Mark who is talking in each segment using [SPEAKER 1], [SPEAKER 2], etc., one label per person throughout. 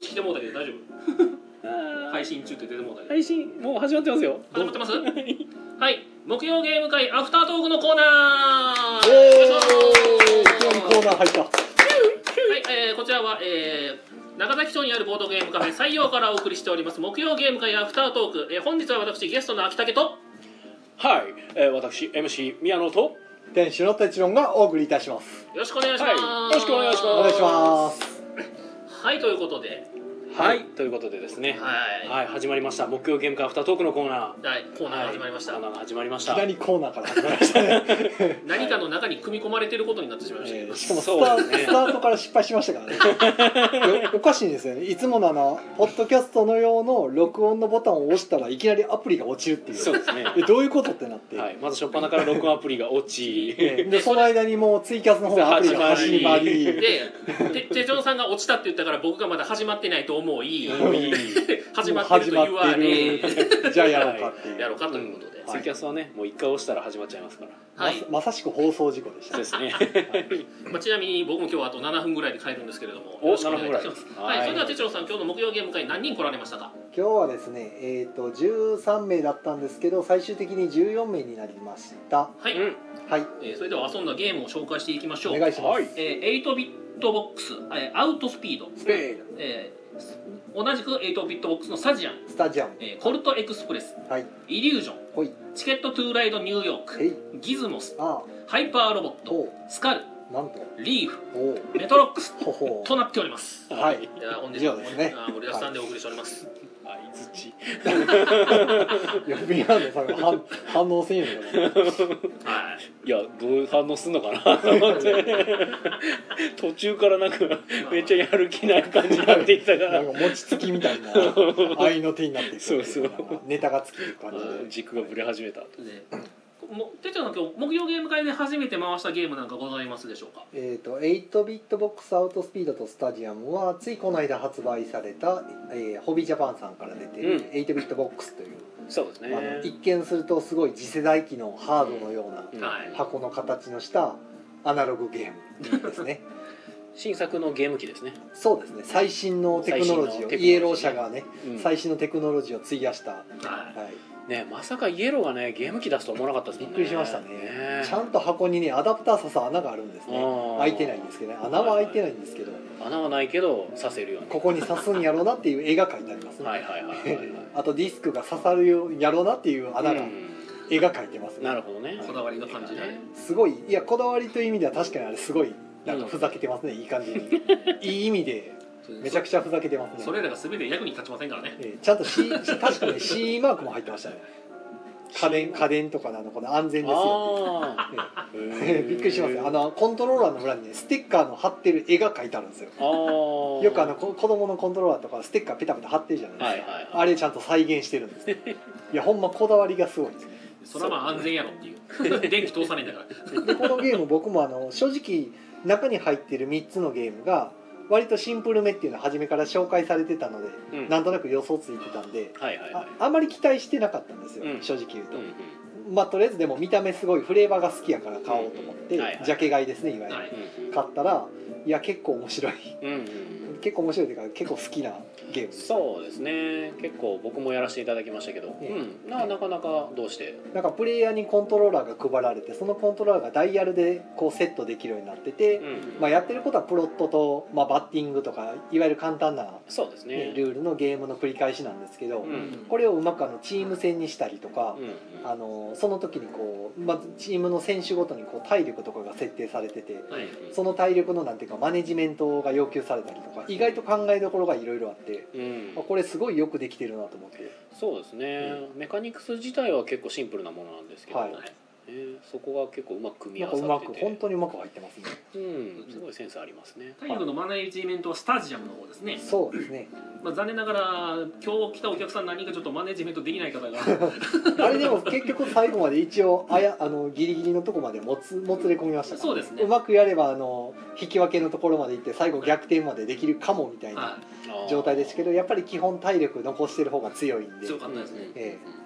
[SPEAKER 1] してもうたけど大丈夫配信中って出てもうたけど
[SPEAKER 2] 配信もう始まってますよ
[SPEAKER 1] 始まってますはい木曜ゲーム会アフタートークのコーナー
[SPEAKER 2] お
[SPEAKER 1] よいしょ
[SPEAKER 2] コーナー入った
[SPEAKER 1] はい、えーこちらは、えー中崎町にあるボードゲームカフェ採用からお送りしております木曜ゲーム会アフタートーク、えー本日は私ゲストの秋武と
[SPEAKER 2] はい、えー、私 MC 宮野と
[SPEAKER 3] 店主のテチロンがお送りいたします
[SPEAKER 1] よろしくお願いします、
[SPEAKER 2] はいよろしくお願いします
[SPEAKER 3] お願いします
[SPEAKER 1] すはいということで
[SPEAKER 2] はい、ということでですね
[SPEAKER 1] はい
[SPEAKER 2] はい、始まりました木曜ゲームカフタートークのコーナー
[SPEAKER 1] はい、コーナーが始まりました、
[SPEAKER 2] コーナーが始まりまし
[SPEAKER 3] いき
[SPEAKER 2] た
[SPEAKER 3] なりコーナーから始まりましたね、
[SPEAKER 1] 何かの中に組み込まれてることになってしまいましたけ
[SPEAKER 3] え
[SPEAKER 1] ど、
[SPEAKER 3] ーしかもスタ
[SPEAKER 2] そうですね
[SPEAKER 3] スタートから失敗しましたからね よおかしいんですよねいつものあのポッドキャストの用の録音のボタンを押したらいきなりアプリが落ちるっていう
[SPEAKER 2] そうですね
[SPEAKER 3] えどういうことってなって、
[SPEAKER 2] はい、まず初っ端から録音アプリが落
[SPEAKER 3] え
[SPEAKER 2] ち
[SPEAKER 3] ーでその間にもうツイキャスの方のアプリが始まり
[SPEAKER 1] でて手帳さんが落ちたって言ったから僕がまだ始まってないと思い
[SPEAKER 2] 多い
[SPEAKER 1] 始まってると言われ
[SPEAKER 3] もう始まってる じゃあやろうかってい う、
[SPEAKER 1] やろうかということで、
[SPEAKER 2] ツイキャスはねもう一回押したら始まっちゃいますから
[SPEAKER 1] はい
[SPEAKER 3] ままさしく放送事故でし
[SPEAKER 2] そう
[SPEAKER 3] た
[SPEAKER 2] ですね
[SPEAKER 1] まあ、ちなみに僕も今日あと7分ぐらいで帰るんですけれども
[SPEAKER 2] お
[SPEAKER 1] よろしくお願いいたします
[SPEAKER 2] 7分ぐらい
[SPEAKER 1] はい、
[SPEAKER 2] はい
[SPEAKER 1] それでは哲郎さん今日の木曜ゲーム会何人来られましたか
[SPEAKER 3] 今日はですね、えー、と13名だったんですけど最終的に14名になりました
[SPEAKER 1] はい、
[SPEAKER 2] うん
[SPEAKER 3] はい
[SPEAKER 1] えーそれでは遊んだゲームを紹介していきましょう
[SPEAKER 3] お願いしま
[SPEAKER 2] は
[SPEAKER 3] す、
[SPEAKER 2] い
[SPEAKER 1] えー8ビットボックス、えーアウトスピード、
[SPEAKER 2] スペー
[SPEAKER 1] えー同じく8ビットボックスのサジアン、
[SPEAKER 3] スタジアム
[SPEAKER 1] えーコルトエクスプレス
[SPEAKER 3] はい
[SPEAKER 1] イリュージョン
[SPEAKER 3] ほい
[SPEAKER 1] チケットトゥーライドニューヨー
[SPEAKER 3] えい
[SPEAKER 1] クギズモス
[SPEAKER 3] あ
[SPEAKER 1] ハイパーロボッ
[SPEAKER 3] あ
[SPEAKER 1] ト
[SPEAKER 3] と
[SPEAKER 1] スカル
[SPEAKER 3] なんと
[SPEAKER 1] リーフ
[SPEAKER 3] おう
[SPEAKER 1] メトロックス
[SPEAKER 3] ほほ
[SPEAKER 1] となっております
[SPEAKER 2] ド
[SPEAKER 3] はい
[SPEAKER 1] いや本
[SPEAKER 3] 以
[SPEAKER 1] 日
[SPEAKER 3] 上
[SPEAKER 1] も
[SPEAKER 3] ですね
[SPEAKER 1] あー盛りだくさんでお送りしております、
[SPEAKER 2] 相づち
[SPEAKER 3] 呼び合うのさ反反応せんよねこれ
[SPEAKER 1] はい
[SPEAKER 2] いやどう反応すんのかなと思って途中からなんかめっちゃやる気ない感じになってきたか
[SPEAKER 3] な
[SPEAKER 2] ら
[SPEAKER 3] んか餅つきみたいな合いの手になっていく
[SPEAKER 2] そうそう
[SPEAKER 3] なんかネタがつきる感じで
[SPEAKER 2] 軸がぶれ始めた
[SPEAKER 1] でもてっちゃんの今日木曜ゲーム会で初めて回したゲームなんかございますでしょうか
[SPEAKER 3] えー、と8ビットボックスアウトスピードとスタジアムはついこの間発売された、えーホビージャパンさんから出て
[SPEAKER 2] うん
[SPEAKER 3] る8ビットボックスという、
[SPEAKER 2] そうです
[SPEAKER 3] あの一見するとすごい次世代機のハードのような
[SPEAKER 2] うん
[SPEAKER 1] はい
[SPEAKER 3] 箱の形のしたアナログゲームですね
[SPEAKER 2] 新作のゲーム機ですね、
[SPEAKER 3] そうですね最新のテクノロジー
[SPEAKER 2] 最新のテクノロジ
[SPEAKER 3] を
[SPEAKER 2] ーね
[SPEAKER 3] イエロー社がね、
[SPEAKER 2] 最
[SPEAKER 3] 最新のテクノロジーを費やした、は
[SPEAKER 1] はい
[SPEAKER 3] い、
[SPEAKER 2] ねまさかイエローがねゲーム機出すとは思わなかったです
[SPEAKER 3] び
[SPEAKER 2] もん
[SPEAKER 3] っ
[SPEAKER 2] ね
[SPEAKER 3] くりしましたね
[SPEAKER 2] ね
[SPEAKER 3] ちゃんと箱にねアダプター刺す穴があるんです
[SPEAKER 2] あ
[SPEAKER 3] ね
[SPEAKER 2] ー
[SPEAKER 3] 開いてないんですけどね穴は開いてないんですけど、
[SPEAKER 2] 穴はないけどさせるように
[SPEAKER 3] ここに刺すんやろうなっていう絵が描いてありますね、
[SPEAKER 2] はいはいはいはいはい
[SPEAKER 3] あとディスクが刺さるようやろうなっていう穴が、
[SPEAKER 2] うん
[SPEAKER 3] 絵が描いてますね
[SPEAKER 2] なるほどね
[SPEAKER 1] こだわりが感じられる
[SPEAKER 3] すごいいやこだわりという意味では確かにあれすごいなんかふざけてますね、いい感じにいい意味でめちゃく
[SPEAKER 1] ち
[SPEAKER 3] ちゃふざけてますね
[SPEAKER 1] それらが全て役に立ちませんからね
[SPEAKER 3] えーちゃんと C 確かに C マークも入ってましたね家電家電とかなのこの安全ですよ
[SPEAKER 2] あ
[SPEAKER 3] っていう
[SPEAKER 2] あ
[SPEAKER 3] えー びっくりしますよあのコントローラーの裏にねステッカーの貼ってる絵が描いてあるんですよ
[SPEAKER 2] あー
[SPEAKER 3] よくあのこ子供のコントローラーとかステッカーペタペタ貼ってるじゃないです
[SPEAKER 2] は
[SPEAKER 3] か、
[SPEAKER 2] いはいはい
[SPEAKER 3] あれちゃんと再現してるんですねいやほんまこだわりがすごいですね
[SPEAKER 1] それはまあ安全やろっていう 電気通さないんだから
[SPEAKER 3] でこのゲーム僕もあの正直中に入ってる3つのゲームが割とシンプルめっていうのは初めから紹介されてたので、
[SPEAKER 2] うん
[SPEAKER 3] なんとなく予想ついてたんで
[SPEAKER 2] はいはいは
[SPEAKER 3] あ
[SPEAKER 2] い
[SPEAKER 3] あまり期待してなかったんですよ、
[SPEAKER 2] うん
[SPEAKER 3] 正直言う
[SPEAKER 2] う
[SPEAKER 3] と、
[SPEAKER 2] んうん
[SPEAKER 3] まあとりあえずでも見た目すごいフレーバーが好きやから買おうと思って、
[SPEAKER 2] うんはいはい
[SPEAKER 3] ジャケ買いですねいわゆる、
[SPEAKER 1] はい
[SPEAKER 3] 買ったらいや結構面白い
[SPEAKER 2] うんうんうん
[SPEAKER 3] 結構面白いというか結構好きなゲームです
[SPEAKER 2] そうですね結構僕もやらせていただきましたけど、
[SPEAKER 3] え
[SPEAKER 2] う
[SPEAKER 3] え
[SPEAKER 2] ん、ななかなかどうして
[SPEAKER 3] なんかプレイヤーにコントローラーが配られてそのコントローラーがダイヤルでこうセットできるようになってて、
[SPEAKER 2] ん
[SPEAKER 3] まあ、やってることはプロットと、まあ、バッティングとかいわゆる簡単な、ね
[SPEAKER 2] そうですね
[SPEAKER 3] ルールのゲームの繰り返しなんですけど、
[SPEAKER 2] うん
[SPEAKER 3] これをうまくあのチーム戦にしたりとか
[SPEAKER 2] う、ん
[SPEAKER 3] あのその時にこう、まずチームの選手ごとにこう体力とかが設定されてて
[SPEAKER 1] はい
[SPEAKER 3] その体力のなんていうかマネジメントが要求されたりとか意外と考えどころがいろいろあって。
[SPEAKER 2] うん
[SPEAKER 3] あこれすごいよくできてるなと思って
[SPEAKER 2] そうですね、メカニクス自体は結構シンプルなものなんですけど、
[SPEAKER 3] はい
[SPEAKER 2] ねそこが結構うまく組み
[SPEAKER 3] な
[SPEAKER 2] 合
[SPEAKER 3] ん
[SPEAKER 2] わさ
[SPEAKER 3] かうま
[SPEAKER 2] っ
[SPEAKER 3] く
[SPEAKER 2] てて
[SPEAKER 3] 本当にうまく入ってますね
[SPEAKER 2] うん、すごいセンスありますね
[SPEAKER 1] 体力のマネージメントはスタジアムの方ですね、
[SPEAKER 3] そうですね
[SPEAKER 1] まあ、残念ながら今日来たお客さん何人かちょっとマネージメントできない方が
[SPEAKER 3] あれでも結局最後まで一応あやあのギリギリのとこまでもつもつれ込みましたから
[SPEAKER 1] そうですね
[SPEAKER 3] うまくやればあの引き分けのところまで行って最後逆転までできるかもみたいな
[SPEAKER 1] は
[SPEAKER 3] 状態ですけ
[SPEAKER 2] ど
[SPEAKER 3] どやっぱり基本体力残してる方が強いん
[SPEAKER 1] い
[SPEAKER 3] で
[SPEAKER 1] 強かったですね、
[SPEAKER 3] ええ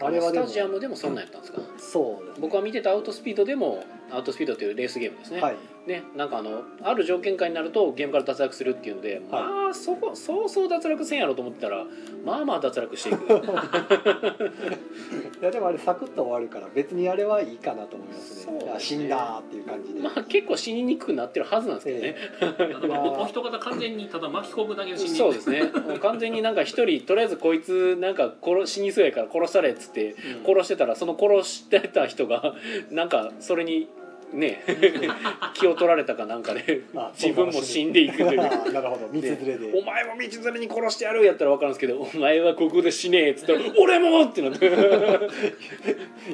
[SPEAKER 2] あ
[SPEAKER 3] あ
[SPEAKER 2] れ
[SPEAKER 3] れ
[SPEAKER 2] はス
[SPEAKER 3] はで
[SPEAKER 2] タ
[SPEAKER 3] も
[SPEAKER 2] ジアムでもそんなんやったんですか、
[SPEAKER 3] そうですね
[SPEAKER 2] 僕は見てたアウトスピードでもアウトスピードというレースゲームですね、
[SPEAKER 3] はい
[SPEAKER 2] ね、なんかあのある条件下になるとゲームから脱落するっていうので、まあそこそうそう脱落せんやろと思ってたらまあまあ脱落していく
[SPEAKER 3] いやでもあれサクッと終わるから別にあれはいいかなと思います
[SPEAKER 2] そう
[SPEAKER 3] ね
[SPEAKER 2] ですね
[SPEAKER 3] あ死んだーっていう感じで、
[SPEAKER 2] まあ結構死ににくくなってるはずなんですけどね、
[SPEAKER 1] お人方完全にただ巻き込むだけの死人
[SPEAKER 2] そうですねもう完全になんか一人とりあえずこいつなんか殺死にそうやから殺されっつって
[SPEAKER 1] うん
[SPEAKER 2] 殺してたらその殺してた人がなんかそれに ね気を取られたかなんかで
[SPEAKER 3] まあ
[SPEAKER 2] 自分も死んでいくという
[SPEAKER 3] あ ーなるほど道連れで
[SPEAKER 2] お前も道連れに殺してやるやったら分かるんですけどお前はここで死ねえっつったら俺もってなって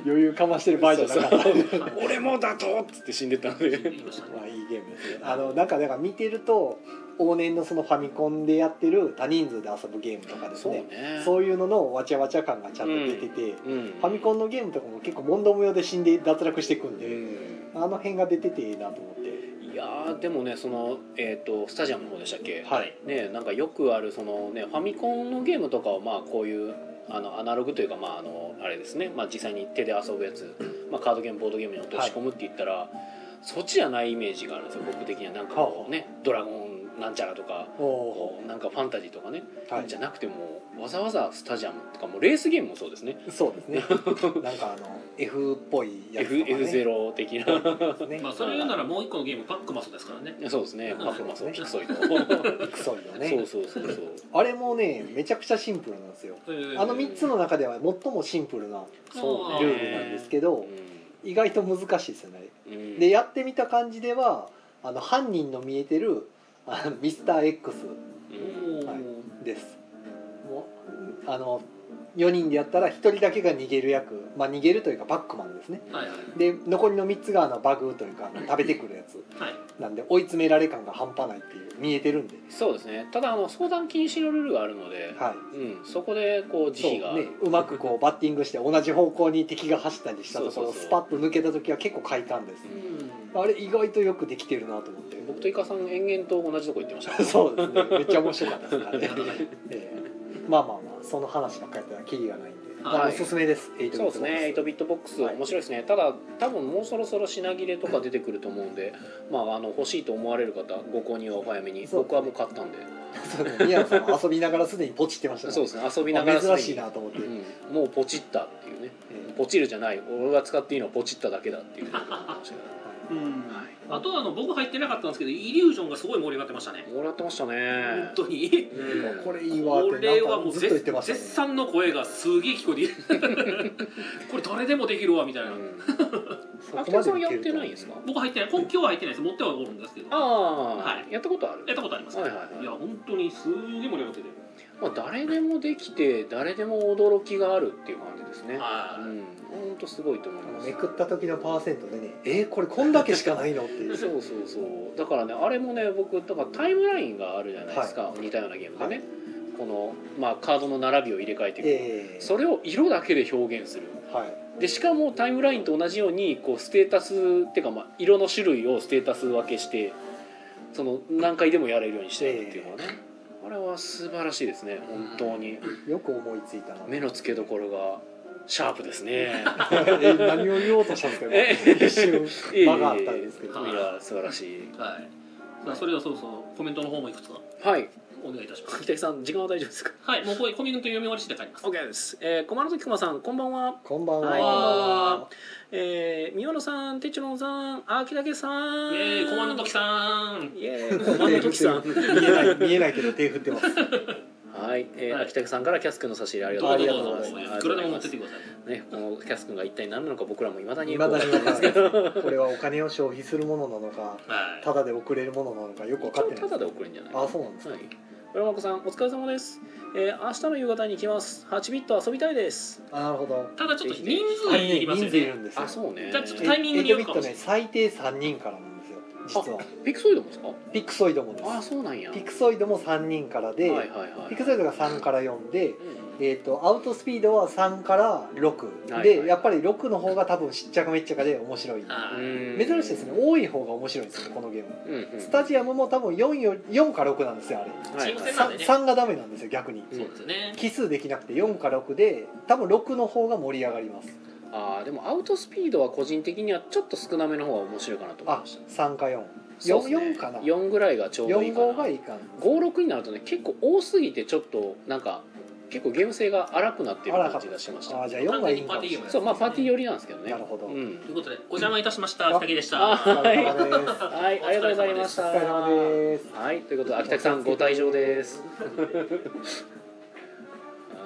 [SPEAKER 3] 余裕かましてる場合じゃなかった
[SPEAKER 2] そうそう俺もだとっつって死んでったので
[SPEAKER 1] 言いましたね
[SPEAKER 3] まあいいゲームですねあのなんかだから見てると往年のそのファミコンでやってる多人数で遊ぶゲームとかですね
[SPEAKER 2] ね
[SPEAKER 3] そういうののわちゃわちゃ感がちゃんと出てて、フ
[SPEAKER 2] うん
[SPEAKER 3] ァミコンのゲームとかも結構問答無用で死んで脱落していくん
[SPEAKER 2] う
[SPEAKER 3] で、
[SPEAKER 2] ん
[SPEAKER 3] あの辺が出てていいなと思って
[SPEAKER 2] いやーでもねそのえっ、とスタジアムの方でしたっけ
[SPEAKER 3] はい
[SPEAKER 2] ねなんかよくあるそのねファミコンのゲームとかはまあこういうあのアナログというかまああのあれですね、まあ、実際に手で遊ぶやつ、まあ、カードゲームボードゲームに落とし込むって言ったら、そっちじゃないイメージがあるんですよ僕的にはなんかこうね「ドラゴンなんちゃら」とか
[SPEAKER 3] お
[SPEAKER 2] こ
[SPEAKER 3] お
[SPEAKER 2] うなんかファンタジーとかね、
[SPEAKER 3] ー、はい
[SPEAKER 2] じ、ゃなくてもうわざわざスタジアムとかもうレースゲームもそうですね
[SPEAKER 3] そうで すねなんかあの F っぽいやつ
[SPEAKER 2] F-
[SPEAKER 3] とか、ね、
[SPEAKER 2] F0 的な
[SPEAKER 3] ですね
[SPEAKER 1] まあ それ言うならもう一個のゲームパックマスですからね
[SPEAKER 2] そうですね
[SPEAKER 1] うん
[SPEAKER 2] パフォーマンスを競いとそう
[SPEAKER 3] クソいよね
[SPEAKER 2] そうそうそう
[SPEAKER 3] あれもねめちゃくちゃシンプルなんですよあの3つの中では最もシンプルな
[SPEAKER 2] そう
[SPEAKER 3] ル
[SPEAKER 2] ね
[SPEAKER 3] ールなんですけど、意外と難しいですよね
[SPEAKER 2] うんうん
[SPEAKER 3] でやってみた感じではあの犯人の見えてるあのミスター X
[SPEAKER 2] うん
[SPEAKER 1] おー
[SPEAKER 3] はいですもうあの4人でやったら1人だけが逃げる役、まあ、逃げるというかバックマンですね
[SPEAKER 1] はいはい
[SPEAKER 3] で残りの3つがあのバグというか食べてくるやつ
[SPEAKER 1] はい
[SPEAKER 3] なんで追い詰められ感が半端ないっていう見えてるんで、
[SPEAKER 2] そうですねただあの相談禁止のルールがあるので、
[SPEAKER 3] はい、
[SPEAKER 2] うん、そこでこう
[SPEAKER 3] そう
[SPEAKER 2] 慈悲が、
[SPEAKER 3] ね、うまくこうバッティングして同じ方向に敵が走ったりしたとこ
[SPEAKER 2] そうそ
[SPEAKER 3] ろ
[SPEAKER 2] うそう
[SPEAKER 3] スパッと抜けた時は結構快感です
[SPEAKER 1] うん
[SPEAKER 3] あれ意外とよくできてるなと思って
[SPEAKER 2] 僕とイカさん延々と同じとこ行ってま した、
[SPEAKER 3] そうですねめっちゃ面白かったです からね
[SPEAKER 1] はい、
[SPEAKER 3] ええまあまあまあその話ばっかりやったらキリがないんで、
[SPEAKER 1] はい
[SPEAKER 3] まあおすすめです8
[SPEAKER 2] そうですね8
[SPEAKER 3] ビッ
[SPEAKER 2] ビットボックス
[SPEAKER 3] はい
[SPEAKER 2] 面白いですねただ多分もうそろそろ品切れとか出てくると思うんで、まあ、あの欲しいと思われる方ご購入はお早めに
[SPEAKER 3] そう
[SPEAKER 2] 僕はもう買ったんで
[SPEAKER 3] トボックス 宮野さんも遊びながらすでにポチってました
[SPEAKER 2] そうですね遊びなが
[SPEAKER 3] あ
[SPEAKER 2] らすでに
[SPEAKER 3] 珍しいなと思って、
[SPEAKER 2] うん、もうポチったっていうね
[SPEAKER 3] ええ
[SPEAKER 2] ポチるじゃない俺が使っていいのはポチっただけだ っていうことかもしれな
[SPEAKER 3] は
[SPEAKER 1] うん
[SPEAKER 2] い、
[SPEAKER 1] あとはあの僕入ってなかったんですけどイリュージョンがすごい盛り上がってましたね
[SPEAKER 2] はい、もらってましたね
[SPEAKER 1] 本当に
[SPEAKER 2] う
[SPEAKER 3] い
[SPEAKER 2] ん
[SPEAKER 3] これいいわ
[SPEAKER 1] こ
[SPEAKER 3] って
[SPEAKER 1] れ
[SPEAKER 3] な
[SPEAKER 1] は
[SPEAKER 3] ん
[SPEAKER 1] も
[SPEAKER 3] か
[SPEAKER 1] う
[SPEAKER 3] ずっ
[SPEAKER 1] 絶,、
[SPEAKER 3] と言ってましたね
[SPEAKER 1] 賛の声がすげえ聞こえて これ誰でもできるわみたいな、
[SPEAKER 2] うん、あき
[SPEAKER 3] そこま
[SPEAKER 2] さん
[SPEAKER 3] で
[SPEAKER 2] やっ
[SPEAKER 3] いけると
[SPEAKER 2] て
[SPEAKER 3] は
[SPEAKER 2] ないんですか
[SPEAKER 1] 僕入ってない今今日は入ってないです持ってはおるんですけど
[SPEAKER 2] あ
[SPEAKER 1] や
[SPEAKER 2] あ、
[SPEAKER 1] は
[SPEAKER 2] やったことある
[SPEAKER 1] ったことあります
[SPEAKER 2] はいはいはい
[SPEAKER 1] や本当にすげえ盛り上がってて
[SPEAKER 2] まあ、誰でもできて誰でも驚きがあるっていう感じですね
[SPEAKER 1] は
[SPEAKER 2] う
[SPEAKER 1] い
[SPEAKER 2] ん本当すごいと思います
[SPEAKER 3] めくった時のパーセントでねえー、これこんだけしかないのっていう
[SPEAKER 2] そうそうそうだからねあれもね僕だからタイムラインがあるじゃないですか、似たようなゲームでね、
[SPEAKER 3] は
[SPEAKER 2] この、まあ、カードの並びを入れ替えていく、
[SPEAKER 3] ええ
[SPEAKER 2] それを色だけで表現する
[SPEAKER 3] はい
[SPEAKER 2] でしかもタイムラインと同じようにこうステータスっていうかまあ色の種類をステータス分けしてその何回でもやれるようにしてやるっていうのはね、あれは素晴らしいですね本当に
[SPEAKER 3] よく思いついたな
[SPEAKER 2] 目の付けどころがシャープです ね
[SPEAKER 3] え何を言おうとしたん
[SPEAKER 2] え
[SPEAKER 3] ですか今一瞬間があったんですけど
[SPEAKER 2] いやいや素晴らしい
[SPEAKER 1] はいさあそれではそろそろコメントの方もいくつか
[SPEAKER 2] はい
[SPEAKER 1] お願いいたします
[SPEAKER 2] 北井さん時間は大丈夫ですか
[SPEAKER 1] はいもうこれコミュニティ読み終わりして帰ります
[SPEAKER 2] OK です、えー、駒の時駒さんこんばんは
[SPEAKER 3] こんばん
[SPEAKER 2] はいこん
[SPEAKER 1] ばん
[SPEAKER 3] は
[SPEAKER 1] は。
[SPEAKER 2] えー、宮野さん哲郎さん秋竹さん
[SPEAKER 1] イエーイコマンド時さん
[SPEAKER 2] イエーイ駒の時さん
[SPEAKER 3] 見えない見えないけど手振ってます。
[SPEAKER 2] はい、えー
[SPEAKER 1] はい
[SPEAKER 2] 秋竹さんからキャス君の差し入れありがと
[SPEAKER 1] ど
[SPEAKER 2] う
[SPEAKER 1] うぞ
[SPEAKER 2] ござ
[SPEAKER 1] どうぞ
[SPEAKER 2] います。
[SPEAKER 1] どうぞいくらでも持ってって
[SPEAKER 2] ね、
[SPEAKER 1] ください
[SPEAKER 2] このキャス君が一体何なのか僕らも未だによ
[SPEAKER 3] 未
[SPEAKER 2] く
[SPEAKER 3] だに
[SPEAKER 2] わかんないんで
[SPEAKER 3] 分か
[SPEAKER 2] す
[SPEAKER 3] ら
[SPEAKER 2] け
[SPEAKER 3] ない
[SPEAKER 2] ど、
[SPEAKER 3] これはお金を消費するものなのか、
[SPEAKER 1] はい
[SPEAKER 3] ただで送れるものなのかよく分かってない
[SPEAKER 2] た
[SPEAKER 3] です。
[SPEAKER 2] だで送るんじゃない？
[SPEAKER 3] あ、そうなんですか。
[SPEAKER 2] はい。浦和子さんお疲れ様です。えー、明日の夕方に行きます。8ビット遊びたいです。
[SPEAKER 3] あ、なるほど。
[SPEAKER 1] ただちょっと人数がいりますよ
[SPEAKER 3] 人数いる
[SPEAKER 1] ね
[SPEAKER 3] んですよ。
[SPEAKER 2] あ、そうね。
[SPEAKER 1] じゃあちょっと
[SPEAKER 3] え
[SPEAKER 1] タイミングによるかもしれ
[SPEAKER 3] エイ
[SPEAKER 1] な
[SPEAKER 3] トビ
[SPEAKER 1] い
[SPEAKER 3] ットね最低三人からなんですよ。実は
[SPEAKER 2] ピクソイドもですか？
[SPEAKER 3] ピクソイドもで
[SPEAKER 2] あ、
[SPEAKER 3] す。
[SPEAKER 2] そうなんや。
[SPEAKER 3] ピクソイドも三人からで、
[SPEAKER 2] はいはいはい。
[SPEAKER 3] ピクソイドが三から四で。
[SPEAKER 2] うん
[SPEAKER 3] えー、とアウトスピードは3から6、
[SPEAKER 2] はい
[SPEAKER 3] で、
[SPEAKER 2] はい
[SPEAKER 3] やっぱり6の方が多分しっちゃかめっちゃかで面白い
[SPEAKER 1] はい
[SPEAKER 3] 珍しいですね。多い方が面白いんですよこのゲーム
[SPEAKER 2] うんうん。
[SPEAKER 3] スタジアムも多分4よ4か6なんですよあれ
[SPEAKER 2] はい
[SPEAKER 1] チーム
[SPEAKER 2] は
[SPEAKER 1] 戦なん
[SPEAKER 2] い
[SPEAKER 1] で
[SPEAKER 3] 3,
[SPEAKER 1] ね
[SPEAKER 3] がダメなんですよ逆に
[SPEAKER 2] うん
[SPEAKER 1] そうですね
[SPEAKER 3] 奇数できなくて4か6で多分6の方が盛り上がります
[SPEAKER 2] ああでもアウトスピードは個人的にはちょっと少なめの方が面白いかなと思い
[SPEAKER 3] あ
[SPEAKER 2] ました
[SPEAKER 3] 三か四。
[SPEAKER 2] そうっ
[SPEAKER 3] 四
[SPEAKER 2] すね
[SPEAKER 3] 四かな。四
[SPEAKER 2] 4ぐらいがちょうどいいか
[SPEAKER 3] 五
[SPEAKER 2] な
[SPEAKER 3] がいいかな。
[SPEAKER 2] 56になるとね結構多すぎてちょっとなんか結構ゲーム性が荒くなってる感じがしました
[SPEAKER 3] あーじゃあ四がいいんかもしれない。
[SPEAKER 2] そうまあパーティー寄りなんですけどね
[SPEAKER 3] なるほど
[SPEAKER 2] うん
[SPEAKER 1] ということでご邪魔いたしました
[SPEAKER 3] あ
[SPEAKER 1] 北木でし
[SPEAKER 2] あ
[SPEAKER 1] た
[SPEAKER 3] お疲れ様です。
[SPEAKER 2] はいありがとうございました
[SPEAKER 3] お疲れ様です。
[SPEAKER 2] はいということで秋田さんご退場です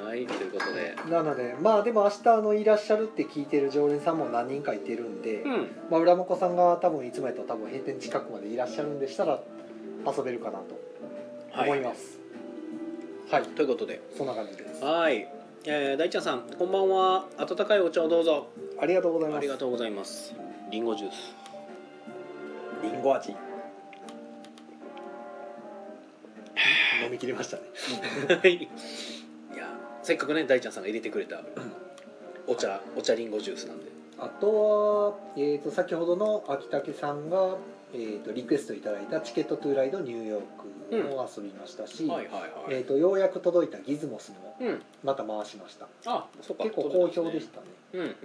[SPEAKER 2] はいということで
[SPEAKER 3] なのでまあでも明日あのいらっしゃるって聞いてる常連さんも何人かいてるんで、
[SPEAKER 2] うん
[SPEAKER 3] まあ浦子さんが多分いつもやったら多分閉店近くまでいらっしゃるんでしたら遊べるかなと
[SPEAKER 2] は
[SPEAKER 3] 思い
[SPEAKER 2] い
[SPEAKER 3] ます。はい、
[SPEAKER 2] ということで
[SPEAKER 3] そんな感じです。
[SPEAKER 2] はい、えー、大ちゃんさんこんばんは温かいお茶をどうぞ
[SPEAKER 3] ありがとうござい
[SPEAKER 2] あ
[SPEAKER 3] ます。
[SPEAKER 2] りがとうございますリンゴジュース
[SPEAKER 3] リンゴ味。飲み切りましたね。
[SPEAKER 2] はいいやせっかくね大ちゃんさんが入れてくれたお茶お茶リンゴジュースなんで
[SPEAKER 3] あとは、えー、と先ほどの秋武さんが、えー、とリクエストいただいたチケットトゥーライドニューヨークも遊びましたし、
[SPEAKER 2] いはい
[SPEAKER 3] えー、とようやく届いたギズモスも
[SPEAKER 2] うん
[SPEAKER 3] また回しました
[SPEAKER 2] あそっか
[SPEAKER 3] 結構好評でしたたね
[SPEAKER 2] うんうん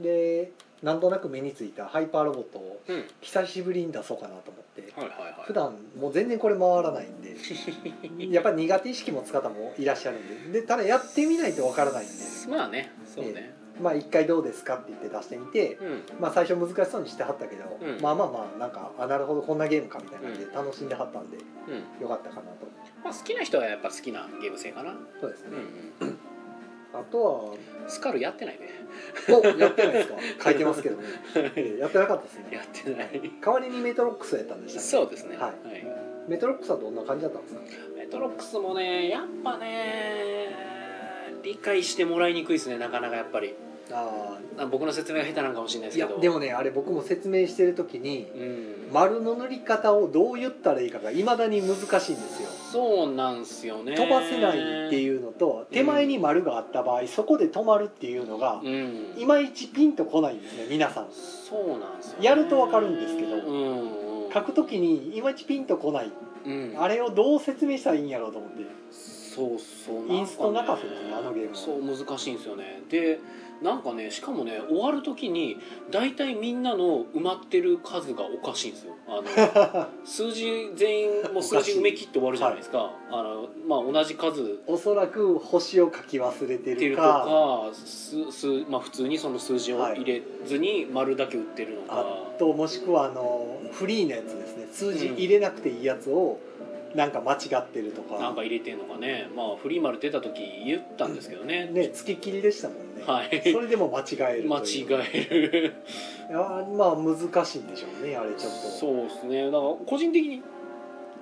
[SPEAKER 3] でなんとなく目についたハイパーロボットを
[SPEAKER 2] うんうん
[SPEAKER 3] 久しぶりに出そうかなと思って
[SPEAKER 2] はいはいはい
[SPEAKER 3] 普段もう全然これ回らないんで やっぱり苦手意識持つ方もいらっしゃるんででただやってみないとわからないんで
[SPEAKER 2] まあねそうね
[SPEAKER 3] まあ一回どうですかって言って出してみて
[SPEAKER 2] うん
[SPEAKER 3] まあ、最初難しそうにしてはったけど、
[SPEAKER 2] うん
[SPEAKER 3] まあまあまあなんかあなるほどこんなゲームかみたいな感じで楽しんではったんで
[SPEAKER 2] うん
[SPEAKER 3] よかったかなと
[SPEAKER 2] まあ好きな人はやっぱ好きなゲーム性かな
[SPEAKER 3] そうですね
[SPEAKER 2] う、ん
[SPEAKER 3] あとは
[SPEAKER 2] スカルやってないね
[SPEAKER 3] おやってない ですか書いてますけどねええやってなかったです
[SPEAKER 2] や
[SPEAKER 3] ね
[SPEAKER 2] ってない
[SPEAKER 3] 代わりにメトロックスをやったんでしたっけ
[SPEAKER 2] そうですね
[SPEAKER 3] はい
[SPEAKER 2] い
[SPEAKER 3] メトロックスはどんな感じだったんですか
[SPEAKER 2] メトロックスもねやっぱね理解してもらいにくいですねなかなかやっぱり
[SPEAKER 3] あ
[SPEAKER 2] あ僕の説明が下手なんかもしれないで
[SPEAKER 3] ー
[SPEAKER 2] す
[SPEAKER 3] い
[SPEAKER 2] け
[SPEAKER 3] や
[SPEAKER 2] ど
[SPEAKER 3] でもねあれ僕も説明してる時に
[SPEAKER 2] うん
[SPEAKER 3] 丸の塗り方をどう言ったらいいかがいまだに難しいんですよ
[SPEAKER 2] そうなんすよね
[SPEAKER 3] 飛ばせないっていうのと手前に丸があった場合そこで止まるっていうのが
[SPEAKER 2] うん
[SPEAKER 3] いまいちピンとこないんですね皆さん
[SPEAKER 2] そうなんすよね
[SPEAKER 3] やるとわかるんですけど
[SPEAKER 2] うんうん
[SPEAKER 3] 書くときにいまいちピンとこない
[SPEAKER 2] うん
[SPEAKER 3] あれをどう説明したらいいんやろうと思って
[SPEAKER 2] そうそう
[SPEAKER 3] インスト泣かせ
[SPEAKER 2] なんかね
[SPEAKER 3] ですねあのゲーム
[SPEAKER 2] そ
[SPEAKER 3] は
[SPEAKER 2] う難しいんですよねでなんかねしかもね終わる時に大体みんなの埋まってる数がおかしいんですよあ の数字全員もう数字埋め切って終わるじゃないですかあの、まあ、同じ数
[SPEAKER 3] おそらく星を書き忘れて
[SPEAKER 2] 入れて
[SPEAKER 3] る
[SPEAKER 2] ると
[SPEAKER 3] か
[SPEAKER 2] か数数、まあ、普通にその数字を入れずに丸だけ売ってるのか、
[SPEAKER 3] あともしくはあのフリーのやつですね数字入れなくていいやつをなんか間違ってると
[SPEAKER 2] なん
[SPEAKER 3] か
[SPEAKER 2] か入れてんのかねまあフリーマル出た時言ったんですけどね
[SPEAKER 3] ね付きっきりでしたもんね
[SPEAKER 2] はい
[SPEAKER 3] それでも間違える
[SPEAKER 2] 間違える
[SPEAKER 3] えまあ難しいんでしょうねあれちょっと
[SPEAKER 2] そうですねだから個人的に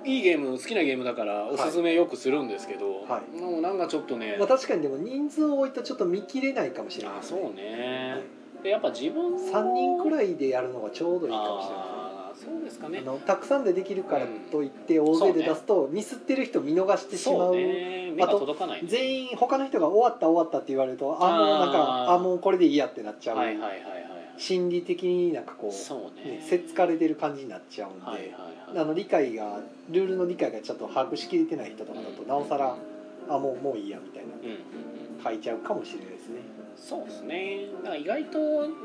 [SPEAKER 2] いいゲーム好きなゲームだから
[SPEAKER 3] い
[SPEAKER 2] おすすめよくするんですけど、
[SPEAKER 3] は
[SPEAKER 2] もうなんかちょっとね、
[SPEAKER 3] まあ確かにでも人数を置いたらちょっと見切れないかもしれない
[SPEAKER 2] あそうねでやっぱ自分
[SPEAKER 3] 3人く
[SPEAKER 2] い
[SPEAKER 3] らいでやるのがちょうどいいかもしれない
[SPEAKER 2] あーそうですか
[SPEAKER 3] あ
[SPEAKER 2] ね
[SPEAKER 3] のたくさんでできるからといって大勢で出すとミスってる人見逃してしま
[SPEAKER 2] そう
[SPEAKER 3] う
[SPEAKER 2] ね目が届かないね
[SPEAKER 3] 全員他の人が終わった終わったって言われるとあもうなん
[SPEAKER 2] あ
[SPEAKER 3] か
[SPEAKER 2] ー
[SPEAKER 3] あもうこれでいいやってなっちゃう、
[SPEAKER 2] はいはいはいはい
[SPEAKER 3] 心理的になんかこう
[SPEAKER 2] そうね
[SPEAKER 3] ねせっつかれてる感じになっちゃうんで、
[SPEAKER 2] はいはい
[SPEAKER 3] あ
[SPEAKER 2] はい
[SPEAKER 3] の理解がルールの理解がちょっと把握しきれてない人とかだとなおさらあもうもういいやみたいな
[SPEAKER 2] うんうんうん
[SPEAKER 3] 書いちゃうかもしれないですね
[SPEAKER 2] そうですねだから意外と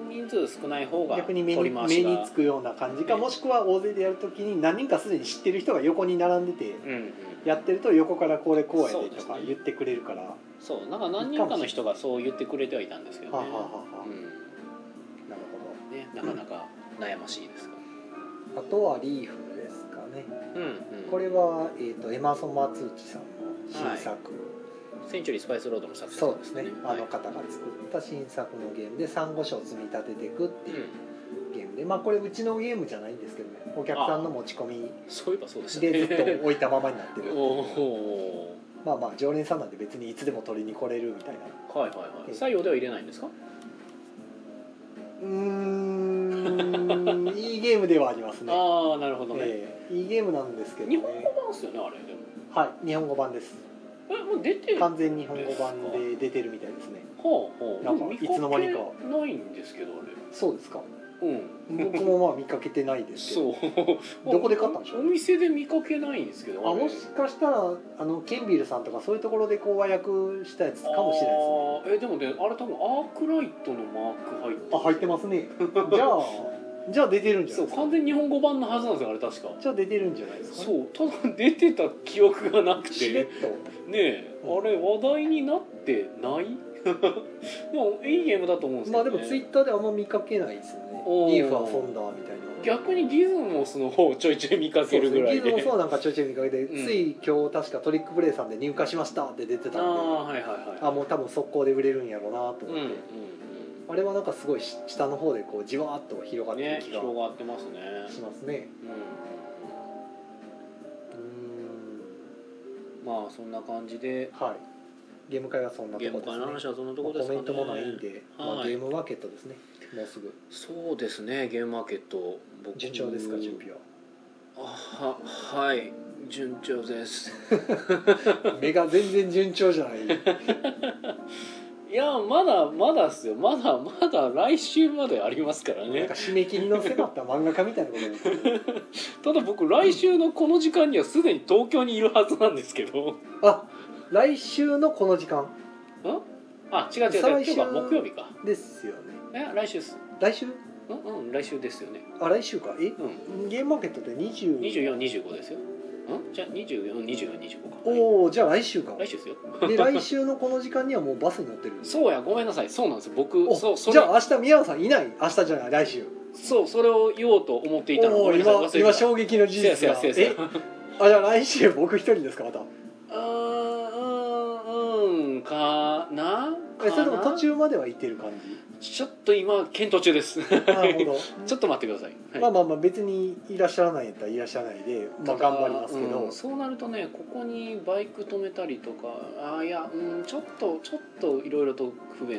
[SPEAKER 2] 人数少ない方が
[SPEAKER 3] 逆に目
[SPEAKER 2] 取
[SPEAKER 3] に
[SPEAKER 2] り回
[SPEAKER 3] 目
[SPEAKER 2] しが
[SPEAKER 3] につくような感じか
[SPEAKER 2] ね
[SPEAKER 3] もしくは大勢でやるときに何人かすでに知ってる人が横に並んでて、
[SPEAKER 2] うんうん
[SPEAKER 3] やってると横からこれこうや
[SPEAKER 2] そう
[SPEAKER 3] で
[SPEAKER 2] で
[SPEAKER 3] と
[SPEAKER 2] す
[SPEAKER 3] か
[SPEAKER 2] ね
[SPEAKER 3] 言ってくれるから、は
[SPEAKER 2] そうなんか何人かの人がそう言ってくれてはいたんですけ
[SPEAKER 3] あ
[SPEAKER 2] ど
[SPEAKER 3] はあ
[SPEAKER 2] ね、
[SPEAKER 3] はあはあ
[SPEAKER 2] う
[SPEAKER 3] な
[SPEAKER 2] ん
[SPEAKER 3] る
[SPEAKER 2] ね、なかなか悩ましいですが
[SPEAKER 3] ほどあとはリーフですかね
[SPEAKER 2] うんうん
[SPEAKER 3] これは、えー、とエマーソン・マツーチさんの新作、
[SPEAKER 2] センチュリー・スパイス・ロードの作
[SPEAKER 3] そ
[SPEAKER 2] 者
[SPEAKER 3] うですね、あの方が作った新作のゲームでサンゴ礁を積み立てていくっていうゲームで、まあこれうちのゲームじゃないんですけどねお客さんの持ち込み
[SPEAKER 2] そういえばそうでしたね
[SPEAKER 3] でずっと置いたままになってる
[SPEAKER 2] お
[SPEAKER 3] まあまあ常連さんなんで別にいつでも取りに来れるみたいな
[SPEAKER 2] おはいはいはい採用では入れないんですか
[SPEAKER 3] うーん いいゲームではありますね
[SPEAKER 2] ああなるほどね、
[SPEAKER 3] ええいいゲームなんですけど
[SPEAKER 2] 日
[SPEAKER 3] ね
[SPEAKER 2] 本語版ですよねあれでも
[SPEAKER 3] はい日本語版です
[SPEAKER 2] えもう出てる
[SPEAKER 3] 完全日本語版で出てるみたいですね
[SPEAKER 2] ほうほう
[SPEAKER 3] なんかいつの間にか
[SPEAKER 2] 見かけないんですけどあれ
[SPEAKER 3] そうですか
[SPEAKER 2] うん
[SPEAKER 3] 僕もまあ見かけてないですけど
[SPEAKER 2] そう
[SPEAKER 3] どこで買ったんでしょう
[SPEAKER 2] お店で見かけないんですけど
[SPEAKER 3] あもしかしたらあのケンビルさんとかそういうところでこう和訳したやつかもしれないですね
[SPEAKER 2] ないですねえでもねあれ多分アークライトのマーク入って
[SPEAKER 3] あ入ってますねじゃあじゃあ出てるんじゃ
[SPEAKER 2] そ
[SPEAKER 3] ないうですか
[SPEAKER 2] 完全に日本語版のはずなんですよあれ確か
[SPEAKER 3] じゃあ出てるんじゃないですかね、
[SPEAKER 2] そうただ出てた記憶がなく
[SPEAKER 3] しれってと
[SPEAKER 2] ねえあれ話題になってない でもいいゲームだと思うんですけ
[SPEAKER 3] まあ
[SPEAKER 2] ど、ね、
[SPEAKER 3] でもツイッターであんま見かけないですね
[SPEAKER 2] おー
[SPEAKER 3] リーフはフォンダーみたいな
[SPEAKER 2] 逆にギズモスの方をちょいちょい見かけるぐらいで
[SPEAKER 3] そうですねギズモそうなんかちょいちょい見かけて、
[SPEAKER 2] うん
[SPEAKER 3] つい今日確かトリックプレイさんで入荷しましたって出てたん で
[SPEAKER 2] ああはいはいはい
[SPEAKER 3] あもう多分速攻で売れるんやろうなと
[SPEAKER 2] うん
[SPEAKER 3] 思っ
[SPEAKER 2] う
[SPEAKER 3] て、
[SPEAKER 2] ん
[SPEAKER 3] あれはなんかすごいし下の方でこうじわーっと広
[SPEAKER 2] う
[SPEAKER 3] がっ
[SPEAKER 2] ん
[SPEAKER 3] てる
[SPEAKER 2] ね
[SPEAKER 3] 気が
[SPEAKER 2] 広がってますね
[SPEAKER 3] しますね
[SPEAKER 2] う
[SPEAKER 3] うーん
[SPEAKER 2] んまあそんな感じで
[SPEAKER 3] はいゲーム会はそんなと
[SPEAKER 2] ゲー
[SPEAKER 3] こ
[SPEAKER 2] ム
[SPEAKER 3] です
[SPEAKER 2] 会
[SPEAKER 3] ね
[SPEAKER 2] の話はそんなと
[SPEAKER 3] ま
[SPEAKER 2] こ
[SPEAKER 3] あ
[SPEAKER 2] ろですか
[SPEAKER 3] コメ
[SPEAKER 2] ね
[SPEAKER 3] ントもないんで、ま
[SPEAKER 2] は
[SPEAKER 3] あ、
[SPEAKER 2] い
[SPEAKER 3] ゲームマーケットですねもうすぐ
[SPEAKER 2] そうですねゲームマーケット僕
[SPEAKER 3] 順調ですか準備は
[SPEAKER 2] あははい順調です
[SPEAKER 3] 目が全然順調じゃない
[SPEAKER 2] いやまだまだっすよまだ まだ来週までありますから
[SPEAKER 3] なん
[SPEAKER 2] ね
[SPEAKER 3] か締め切りの迫った漫画家みたいなことです
[SPEAKER 2] ただ僕来週のこの時間にはすでに東京にいるはずなんですけど
[SPEAKER 3] あ来週のこの時間
[SPEAKER 2] あ違う違う違う今
[SPEAKER 3] 再来週
[SPEAKER 2] 日は木曜日か
[SPEAKER 3] ですよね
[SPEAKER 2] え来週っす
[SPEAKER 3] 来週
[SPEAKER 2] うんうん来週ですよね
[SPEAKER 3] あ来週かえ
[SPEAKER 2] うん
[SPEAKER 3] ゲームマーケットって20
[SPEAKER 2] 2425ですようんじゃあ242425か
[SPEAKER 3] おおじゃあ来週か
[SPEAKER 2] 来週ですよ
[SPEAKER 3] で来週のこの時間にはもうバスに乗ってる
[SPEAKER 2] そうやごめんなさいそうなんですよ僕
[SPEAKER 3] お
[SPEAKER 2] そうそ
[SPEAKER 3] じ
[SPEAKER 2] れ
[SPEAKER 3] ゃあ明日宮野さんいない明日じゃない来週
[SPEAKER 2] そうそれを言おうと思っていたの
[SPEAKER 3] お
[SPEAKER 2] ご
[SPEAKER 3] お
[SPEAKER 2] めんなさい忘れ
[SPEAKER 3] 今
[SPEAKER 2] てた
[SPEAKER 3] 今衝撃の事
[SPEAKER 2] せやせ
[SPEAKER 3] 実
[SPEAKER 2] や
[SPEAKER 3] が
[SPEAKER 2] せやせや
[SPEAKER 3] えあじゃあ来週僕一人ですかまた
[SPEAKER 2] うーんうーんかな
[SPEAKER 3] えそれでも
[SPEAKER 2] かな
[SPEAKER 3] 途中までは行ってる感 じ
[SPEAKER 2] ちょっと今検討中です
[SPEAKER 3] なるほど
[SPEAKER 2] ちょっと待ってください、はい
[SPEAKER 3] まあまあまあ別にいらっしゃらないんやったらいらっしゃらないで、まあ、
[SPEAKER 2] ただ
[SPEAKER 3] 頑張りますけど、
[SPEAKER 2] うんそうなるとねここにバイク止めたりとかあーいやうんちょっとちょっといろいろと不便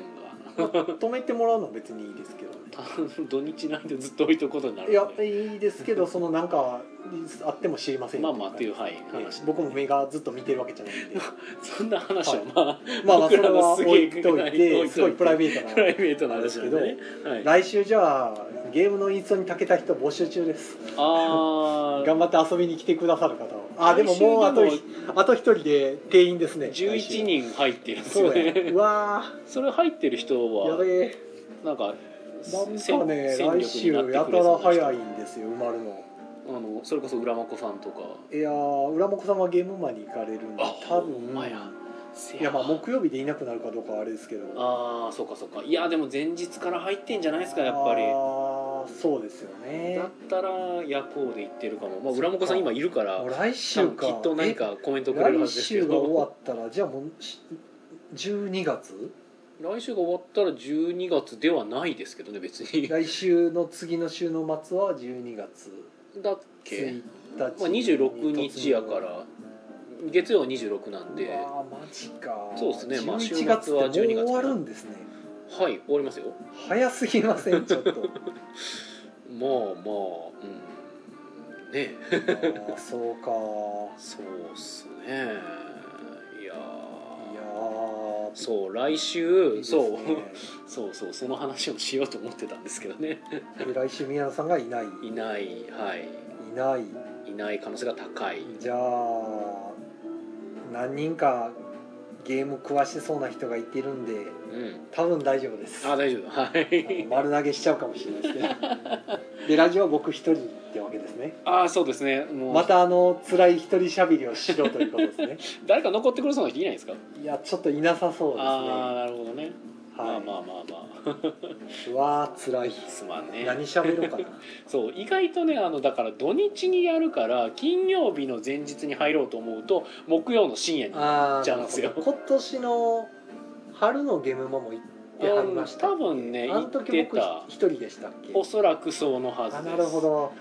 [SPEAKER 2] が
[SPEAKER 3] 止めてもらうのは別にいいですけどね
[SPEAKER 2] 土日なんてずっと置いとくことになるん
[SPEAKER 3] い
[SPEAKER 2] で
[SPEAKER 3] やいいで すけどそのなんかあっても知りません
[SPEAKER 2] ま
[SPEAKER 3] よ
[SPEAKER 2] あまあっていうはい
[SPEAKER 3] ええ
[SPEAKER 2] 話
[SPEAKER 3] 僕も目がずっと見てるわけじゃないん で
[SPEAKER 2] そんな話はまあ、
[SPEAKER 3] まあまあそ
[SPEAKER 2] 僕ら
[SPEAKER 3] れは
[SPEAKER 2] のすげ
[SPEAKER 3] 置
[SPEAKER 2] え
[SPEAKER 3] いといてすごいプライベート
[SPEAKER 2] プラ
[SPEAKER 3] な
[SPEAKER 2] イベートな話なんでね、はい、
[SPEAKER 3] 来週じゃあゲームの印象に長けた人募集中です
[SPEAKER 2] ああ
[SPEAKER 3] 頑張って遊びに来てくださる方をあでももうあと
[SPEAKER 2] 来週で
[SPEAKER 3] あと一人で定員ですね
[SPEAKER 2] 11人入ってるんです
[SPEAKER 3] そ
[SPEAKER 2] よ
[SPEAKER 3] う や
[SPEAKER 2] ね
[SPEAKER 3] うわ
[SPEAKER 2] それ入ってる人
[SPEAKER 3] ーや
[SPEAKER 2] は
[SPEAKER 3] べえ
[SPEAKER 2] なんか
[SPEAKER 3] なん
[SPEAKER 2] 戦
[SPEAKER 3] かね
[SPEAKER 2] 戦力に
[SPEAKER 3] 来
[SPEAKER 2] なってく
[SPEAKER 3] 週
[SPEAKER 2] れ
[SPEAKER 3] や
[SPEAKER 2] そう
[SPEAKER 3] たら
[SPEAKER 2] な人
[SPEAKER 3] 早いんですよ埋まるの
[SPEAKER 2] あのそれこそ浦真子さんとか
[SPEAKER 3] いやー浦本さんはゲームマンに行かれるんで
[SPEAKER 2] あほ
[SPEAKER 3] 多
[SPEAKER 2] ん
[SPEAKER 3] 分
[SPEAKER 2] まやせ
[SPEAKER 3] いやまあ木曜日でいなくなるかどうかはあれですけど
[SPEAKER 2] ああそうかそうかいやでも前日から入ってんじゃないですかやっぱり
[SPEAKER 3] あーそうですよね
[SPEAKER 2] だったら夜行で行ってるかも、まあ、浦本さん今いるから
[SPEAKER 3] もう来
[SPEAKER 2] 多
[SPEAKER 3] 週
[SPEAKER 2] 分き
[SPEAKER 3] か
[SPEAKER 2] っと何かコメン
[SPEAKER 3] え
[SPEAKER 2] トくれるは
[SPEAKER 3] 来
[SPEAKER 2] ずですけ
[SPEAKER 3] 週が終わ
[SPEAKER 2] ど
[SPEAKER 3] ったらじゃあもうし12月
[SPEAKER 2] 来週が終わったら12月ではないですけどね別にだっ
[SPEAKER 3] 来週の次の週の末は12月
[SPEAKER 2] け
[SPEAKER 3] 1、日、ま
[SPEAKER 2] ま
[SPEAKER 3] あ
[SPEAKER 2] あ、26日やから月曜は26なんで
[SPEAKER 3] ああマジか
[SPEAKER 2] そうっすねまあ
[SPEAKER 3] 11月ってもう
[SPEAKER 2] 週末は12月か
[SPEAKER 3] 終わるんですね
[SPEAKER 2] はい終わりますよ
[SPEAKER 3] 早すぎませんちょっとあ
[SPEAKER 2] まあまあうんねえ
[SPEAKER 3] ーそうか
[SPEAKER 2] そうっすねいやー
[SPEAKER 3] いやー
[SPEAKER 2] そう来週
[SPEAKER 3] いいです
[SPEAKER 2] そう
[SPEAKER 3] ね
[SPEAKER 2] そうそうその話をしようと思ってたんですけどね
[SPEAKER 3] で来週宮野さんがいない
[SPEAKER 2] いないはい
[SPEAKER 3] いない
[SPEAKER 2] いない可能性が高い
[SPEAKER 3] じゃあ何人かゲーム詳しそうな人がいてるんで
[SPEAKER 2] うん
[SPEAKER 3] 多分大丈夫です
[SPEAKER 2] あ大丈夫は
[SPEAKER 3] あの
[SPEAKER 2] い
[SPEAKER 3] 丸投げしちゃうかもしれないですねでラジオは僕一人ってわけですね
[SPEAKER 2] あそうですねもう
[SPEAKER 3] またあの辛い一人しゃべりをしろということですね
[SPEAKER 2] 誰か残ってくれそうな人いないですか
[SPEAKER 3] いやちょっといなさそうですね
[SPEAKER 2] ああなるほどね、
[SPEAKER 3] はい、
[SPEAKER 2] まあまあまあま
[SPEAKER 3] うわー辛い
[SPEAKER 2] あ すまんね
[SPEAKER 3] 何しゃべろう かな
[SPEAKER 2] そう意外とねあのだから土日にやるから金曜日の前日に入ろうと思うと木曜の深夜に
[SPEAKER 3] あー
[SPEAKER 2] じゃあなんですよ
[SPEAKER 3] なるほど今年の春のゲームマも行ってはりました
[SPEAKER 2] うん多分ね
[SPEAKER 3] あの時僕
[SPEAKER 2] 行ってた
[SPEAKER 3] 一人でしたっけ
[SPEAKER 2] おそらくそのはず
[SPEAKER 3] あ
[SPEAKER 2] です
[SPEAKER 3] なるほど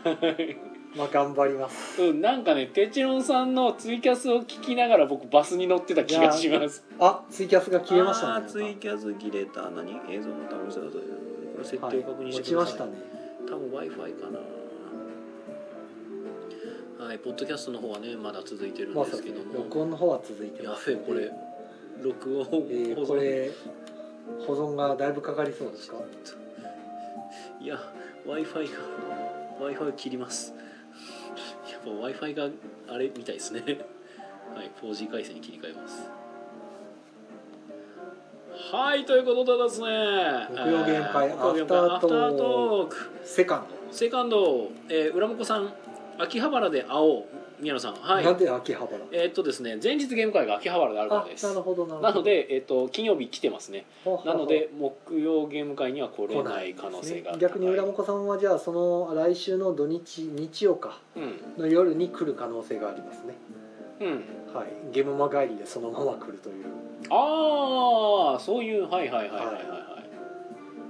[SPEAKER 3] まあ頑張ります
[SPEAKER 2] うん、なんかねテチロンさんのツイキャスを聞きながら僕バスに乗ってた気がします
[SPEAKER 3] あツイキャスが切れました
[SPEAKER 2] あ
[SPEAKER 3] ね
[SPEAKER 2] ーツイキャス切れた何映像ボタン押してくださいこれ設
[SPEAKER 3] は
[SPEAKER 2] 定
[SPEAKER 3] い
[SPEAKER 2] を確認し
[SPEAKER 3] 落
[SPEAKER 2] て
[SPEAKER 3] ち
[SPEAKER 2] くだ
[SPEAKER 3] ま
[SPEAKER 2] さ
[SPEAKER 3] し
[SPEAKER 2] い、
[SPEAKER 3] たね
[SPEAKER 2] 多分 w i f i かなはいポッドキャストの方はねまだ続いてるん
[SPEAKER 3] まあ
[SPEAKER 2] で
[SPEAKER 3] そう
[SPEAKER 2] す
[SPEAKER 3] で
[SPEAKER 2] け
[SPEAKER 3] すね
[SPEAKER 2] ども、
[SPEAKER 3] 録音の方は続いて
[SPEAKER 2] や
[SPEAKER 3] ます
[SPEAKER 2] べえこれ録音
[SPEAKER 3] えーこれ保存がだいぶかかりそうですか
[SPEAKER 2] いや w i f i が w i f i 切りますやっぱ w i f i があれみたいですねはい 4G 回線に切り替えますはいということでですね
[SPEAKER 3] 木曜ゲーム会
[SPEAKER 2] えー木曜ゲーム会ア
[SPEAKER 3] アフタートーク
[SPEAKER 2] フタートーク
[SPEAKER 3] セカン
[SPEAKER 2] セカンド、えー、浦本さん秋葉原で会おう宮野さん
[SPEAKER 3] ド、
[SPEAKER 2] はい
[SPEAKER 3] なんで秋葉原
[SPEAKER 2] えーっとですね前日ゲーム会が秋葉原であるから
[SPEAKER 3] あ
[SPEAKER 2] です
[SPEAKER 3] なるほどなるほど
[SPEAKER 2] なので、えーっと金曜日来てますね
[SPEAKER 3] ほうほうほう
[SPEAKER 2] なので木曜ゲーム会には来れない可能性が高い
[SPEAKER 3] 逆に浦本さんはじゃあその来週の土日日曜か
[SPEAKER 2] うん
[SPEAKER 3] の夜に来る可能性がありますね
[SPEAKER 2] うん
[SPEAKER 3] はいゲームマ帰りでそのまま来るという
[SPEAKER 2] ああそういうはいはいはいはいはいはい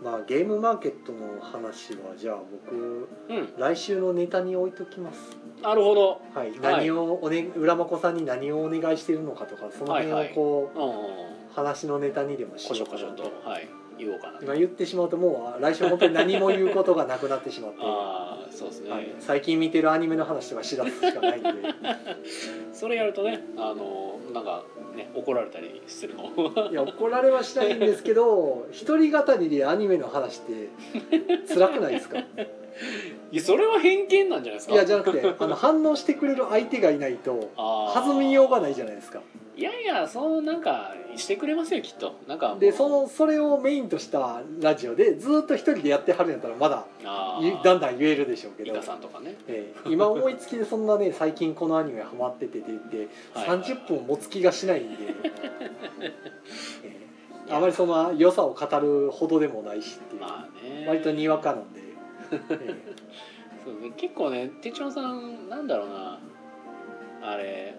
[SPEAKER 3] まあゲームマーケットの話はじゃあ僕
[SPEAKER 2] うん
[SPEAKER 3] 来週のネタに置いときます
[SPEAKER 2] なるほど
[SPEAKER 3] はい、
[SPEAKER 2] はい
[SPEAKER 3] 何をおね浦真子さんに何をお願いしてるのかとかその辺
[SPEAKER 2] は
[SPEAKER 3] を
[SPEAKER 2] いはい
[SPEAKER 3] こう、
[SPEAKER 2] うんうん
[SPEAKER 3] 話のネタにでもし
[SPEAKER 2] こし
[SPEAKER 3] よ
[SPEAKER 2] ょ
[SPEAKER 3] うか
[SPEAKER 2] こしょ
[SPEAKER 3] な
[SPEAKER 2] と
[SPEAKER 3] と
[SPEAKER 2] はい言おうかなと
[SPEAKER 3] 今言ってしまうともう来週本当に何も言うことがなくなってしまって
[SPEAKER 2] ああそうですね、
[SPEAKER 3] はい、最近見てるアニメの話とかしだすしかな いんで
[SPEAKER 2] それやるとねあのなんかね怒られたりするかも
[SPEAKER 3] いや怒られはしないんですけど一人語りでアニメの話って辛くないですかい
[SPEAKER 2] いやそれは偏見なんじゃないですか
[SPEAKER 3] やじゃなくてあの反応してくれる相手がいないと
[SPEAKER 2] あー
[SPEAKER 3] 弾みようがないじゃないですか
[SPEAKER 2] いやいやそうなんかしてくれますよきっとなんかもう
[SPEAKER 3] でそのそれをメインとしたラジオでずっと一人でやってはるんやったらまだ
[SPEAKER 2] あ
[SPEAKER 3] ゆ
[SPEAKER 2] ー
[SPEAKER 3] だんだん言えるでしょうけ
[SPEAKER 2] イ
[SPEAKER 3] ど
[SPEAKER 2] カ、さんとかね
[SPEAKER 3] ええ今思いつきでそんなね最近このアニメハマっててって言って
[SPEAKER 2] はいはい
[SPEAKER 3] 30分持つ気がしな いんで、ええあまりその良さを語るほどでもないしっていう、
[SPEAKER 2] まあね
[SPEAKER 3] 割とにわかなんで、え
[SPEAKER 2] そうね結構ね手帳さんなんだろうなあれ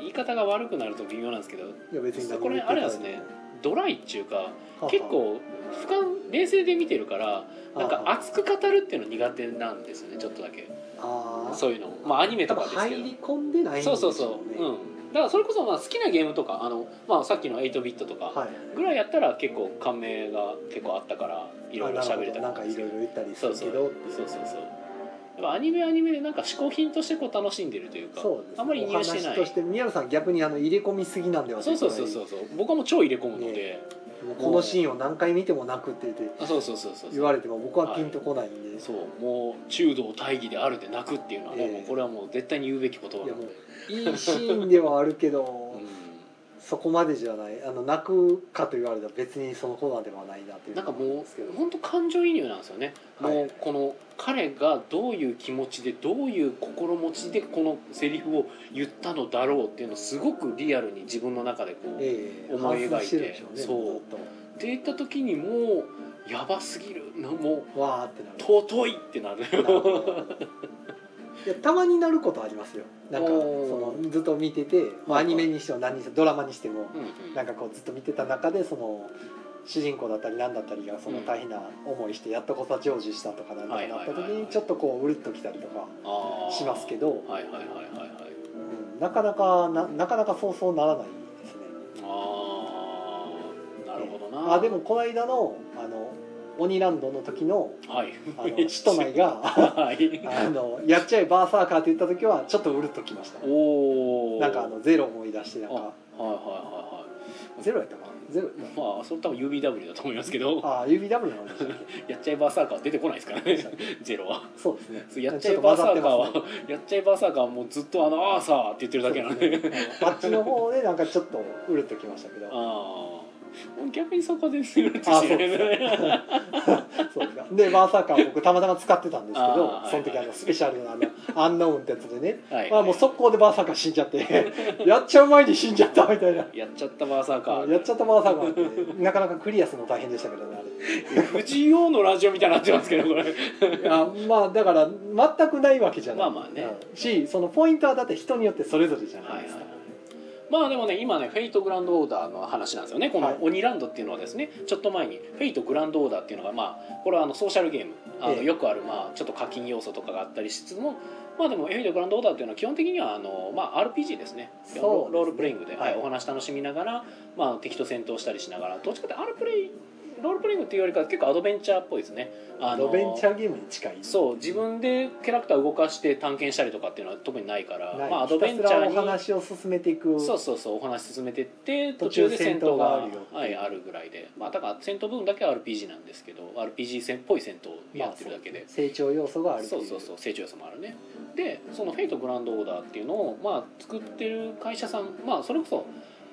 [SPEAKER 2] 言い方が悪くなると微妙なんですけど
[SPEAKER 3] えいや別に何も
[SPEAKER 2] これ
[SPEAKER 3] 言って
[SPEAKER 2] あれ
[SPEAKER 3] な
[SPEAKER 2] ないんですねドライっていうか
[SPEAKER 3] はは
[SPEAKER 2] 結構俯瞰冷静で見てるからなん
[SPEAKER 3] は
[SPEAKER 2] か
[SPEAKER 3] は
[SPEAKER 2] 熱く語るっていうの苦手なんですよねちょっとだけ
[SPEAKER 3] あー
[SPEAKER 2] そういうのまあアニメとかです
[SPEAKER 3] 多分
[SPEAKER 2] けど
[SPEAKER 3] 入り込んでないんでしょ
[SPEAKER 2] そうう
[SPEAKER 3] ね
[SPEAKER 2] そうそう、うん、だからそれこそまあ好きなゲームとかあの、まあ、さっきの8ビットとか
[SPEAKER 3] はい
[SPEAKER 2] ぐらいやったら結構感銘が結構あったからいろいろ喋れた
[SPEAKER 3] あ
[SPEAKER 2] り
[SPEAKER 3] な
[SPEAKER 2] と
[SPEAKER 3] んかいろいろ言ったりす
[SPEAKER 2] そう
[SPEAKER 3] る
[SPEAKER 2] そ
[SPEAKER 3] け
[SPEAKER 2] う
[SPEAKER 3] ど
[SPEAKER 2] そうそうそうやっぱアニメはアニメでなんか嗜好品としてこう楽しんでるというか
[SPEAKER 3] そうです
[SPEAKER 2] あんまり入
[SPEAKER 3] お
[SPEAKER 2] 入してな
[SPEAKER 3] 話と
[SPEAKER 2] い
[SPEAKER 3] して宮野さん逆にあの入れ込みすぎなんでは
[SPEAKER 2] そうそうそうそうそう僕はもう超入れ込むので、
[SPEAKER 3] ねもうこのシーンを何回見ても泣くって言って
[SPEAKER 2] あそうそうそうそう
[SPEAKER 3] 言われても僕はピンとこないんで、
[SPEAKER 2] そうもう中道大義であるで泣くっていうのはね、
[SPEAKER 3] ええ
[SPEAKER 2] もうこれはもう絶対に言うべき言葉な
[SPEAKER 3] いや
[SPEAKER 2] ので
[SPEAKER 3] もういいシーンではあるけ
[SPEAKER 2] う
[SPEAKER 3] ど
[SPEAKER 2] ん
[SPEAKER 3] そこまでじゃないあの泣くかと言われたら別にそのことなんではないなという
[SPEAKER 2] なんか
[SPEAKER 3] う
[SPEAKER 2] もう本当感情移入なんですよね、
[SPEAKER 3] はい
[SPEAKER 2] もうこの彼がどういう気持ちでどういう心持ちでこのセリフを言ったのだろうっていうのをすごくリアルに自分の中でこう、
[SPEAKER 3] ええ
[SPEAKER 2] 思い描いて
[SPEAKER 3] 反芻してるでしょうね
[SPEAKER 2] そう
[SPEAKER 3] ずっ
[SPEAKER 2] って言った時にもうやばすぎるなもう
[SPEAKER 3] とわーってな る
[SPEAKER 2] 尊いってなる
[SPEAKER 3] なるほどいやたまになることありますよなんかそ
[SPEAKER 2] おー
[SPEAKER 3] のずっと見てて、まあ、
[SPEAKER 2] は
[SPEAKER 3] ア
[SPEAKER 2] いはい
[SPEAKER 3] ニメにしても何にしてもドラマにしても
[SPEAKER 2] うんうん
[SPEAKER 3] なんかこうずっと見てた中でその主人公だったり何だったりがその大変な思いしてやっとこさ成就したとかなんとかなった時
[SPEAKER 2] はいはいはいは
[SPEAKER 3] に
[SPEAKER 2] い
[SPEAKER 3] ちょっとこううるっときたりとか
[SPEAKER 2] あー
[SPEAKER 3] しますけど、
[SPEAKER 2] はいはいはいはいはい
[SPEAKER 3] うんなかなかななかなかそうそうならないですね。
[SPEAKER 2] ああなるほどな
[SPEAKER 3] あでもこの間のあの鬼ランドの時の
[SPEAKER 2] はい
[SPEAKER 3] あの使徒内が
[SPEAKER 2] はい
[SPEAKER 3] あのやっちゃえバーサーカーって言った時はちょっとうるっときました。
[SPEAKER 2] おお
[SPEAKER 3] なんかあのゼロ思い出してなん
[SPEAKER 2] あはい
[SPEAKER 3] か
[SPEAKER 2] はいはいはい
[SPEAKER 3] ゼロやったかなゼロやった
[SPEAKER 2] まあそれ多分 UBW だと思いますけど
[SPEAKER 3] ああ UBW の話で
[SPEAKER 2] やっちゃえバーサーカーは出てこないですから
[SPEAKER 3] した
[SPEAKER 2] ね
[SPEAKER 3] っけ
[SPEAKER 2] ゼロは
[SPEAKER 3] そうですね
[SPEAKER 2] やっちゃえバーサーカーはやっちゃえバーサーカーはもうずっとあの「あーさー」って言ってるだけなんで
[SPEAKER 3] あっちの方でなんかちょっとうるっときましたけど
[SPEAKER 2] ああ逆にそこで売るって
[SPEAKER 3] あ
[SPEAKER 2] 知らないです ね
[SPEAKER 3] そうですかでバーサーカーを僕たまたま使ってたんですけど
[SPEAKER 2] あー
[SPEAKER 3] その時あのスペシャルなあの アンノーンってやつでね、
[SPEAKER 2] はい
[SPEAKER 3] まあ、もう速攻でバーサーカー死んじゃっ てやっちゃう前に死んじゃったみたいな
[SPEAKER 2] やっちゃったバーサーカー
[SPEAKER 3] やっちゃったバーサーカーってなかなかクリアするの大変でしたけど ねあれ
[SPEAKER 2] 藤井王のラジオみたいになってますけどこれ
[SPEAKER 3] いやまあだから全くないわけじゃない、
[SPEAKER 2] まあまあね
[SPEAKER 3] うんしそのポイントはだって人によってそれぞれじゃないですか、
[SPEAKER 2] まあでもね今ね「フェイトグランドオーダー」の話なんですよねこ
[SPEAKER 3] はい
[SPEAKER 2] の「鬼ランド」っていうのはですねちょっと前に「フェイトグランドオーダー」っていうのがまあこれはあのソーシャルゲームあ
[SPEAKER 3] え
[SPEAKER 2] の
[SPEAKER 3] え
[SPEAKER 2] よくあるまあちょっと課金要素とかがあったりしつつもまあでも「フェイトグランドオーダー」っていうのは基本的にはあのまあ RPG ですね
[SPEAKER 3] そうですね
[SPEAKER 2] ロロールプレイングで、はい
[SPEAKER 3] はい
[SPEAKER 2] お話楽しみながらまあ敵と戦闘したりしながらどっちかって RPG ロールプレイングっていうよりか結構アドベンチャーっぽいですねあの
[SPEAKER 3] アドベンチャーゲームに近い
[SPEAKER 2] そう自分でキャラクター動かして探検したりとかっていうのは特にないから
[SPEAKER 3] ない
[SPEAKER 2] まあ、アド
[SPEAKER 3] ひ
[SPEAKER 2] ベ
[SPEAKER 3] た
[SPEAKER 2] ン
[SPEAKER 3] す
[SPEAKER 2] チャ
[SPEAKER 3] ら
[SPEAKER 2] ー
[SPEAKER 3] お
[SPEAKER 2] に
[SPEAKER 3] 話を進めていく
[SPEAKER 2] そうそうそうお話進めてって途
[SPEAKER 3] 途
[SPEAKER 2] 中
[SPEAKER 3] 中
[SPEAKER 2] で
[SPEAKER 3] で
[SPEAKER 2] 戦
[SPEAKER 3] 戦
[SPEAKER 2] 闘
[SPEAKER 3] 闘
[SPEAKER 2] があ
[SPEAKER 3] があ
[SPEAKER 2] る
[SPEAKER 3] るよ
[SPEAKER 2] はい、あるぐらいでまあだから戦闘部分だけは RPG なんですけど RPG 戦っぽい戦闘をやってるだけで、
[SPEAKER 3] 成長要素がある
[SPEAKER 2] そうそうそう成長さもあるねでその「フェイトグランドオーダー」っていうのを、まあ、作ってる会社さん、まあ、それこそ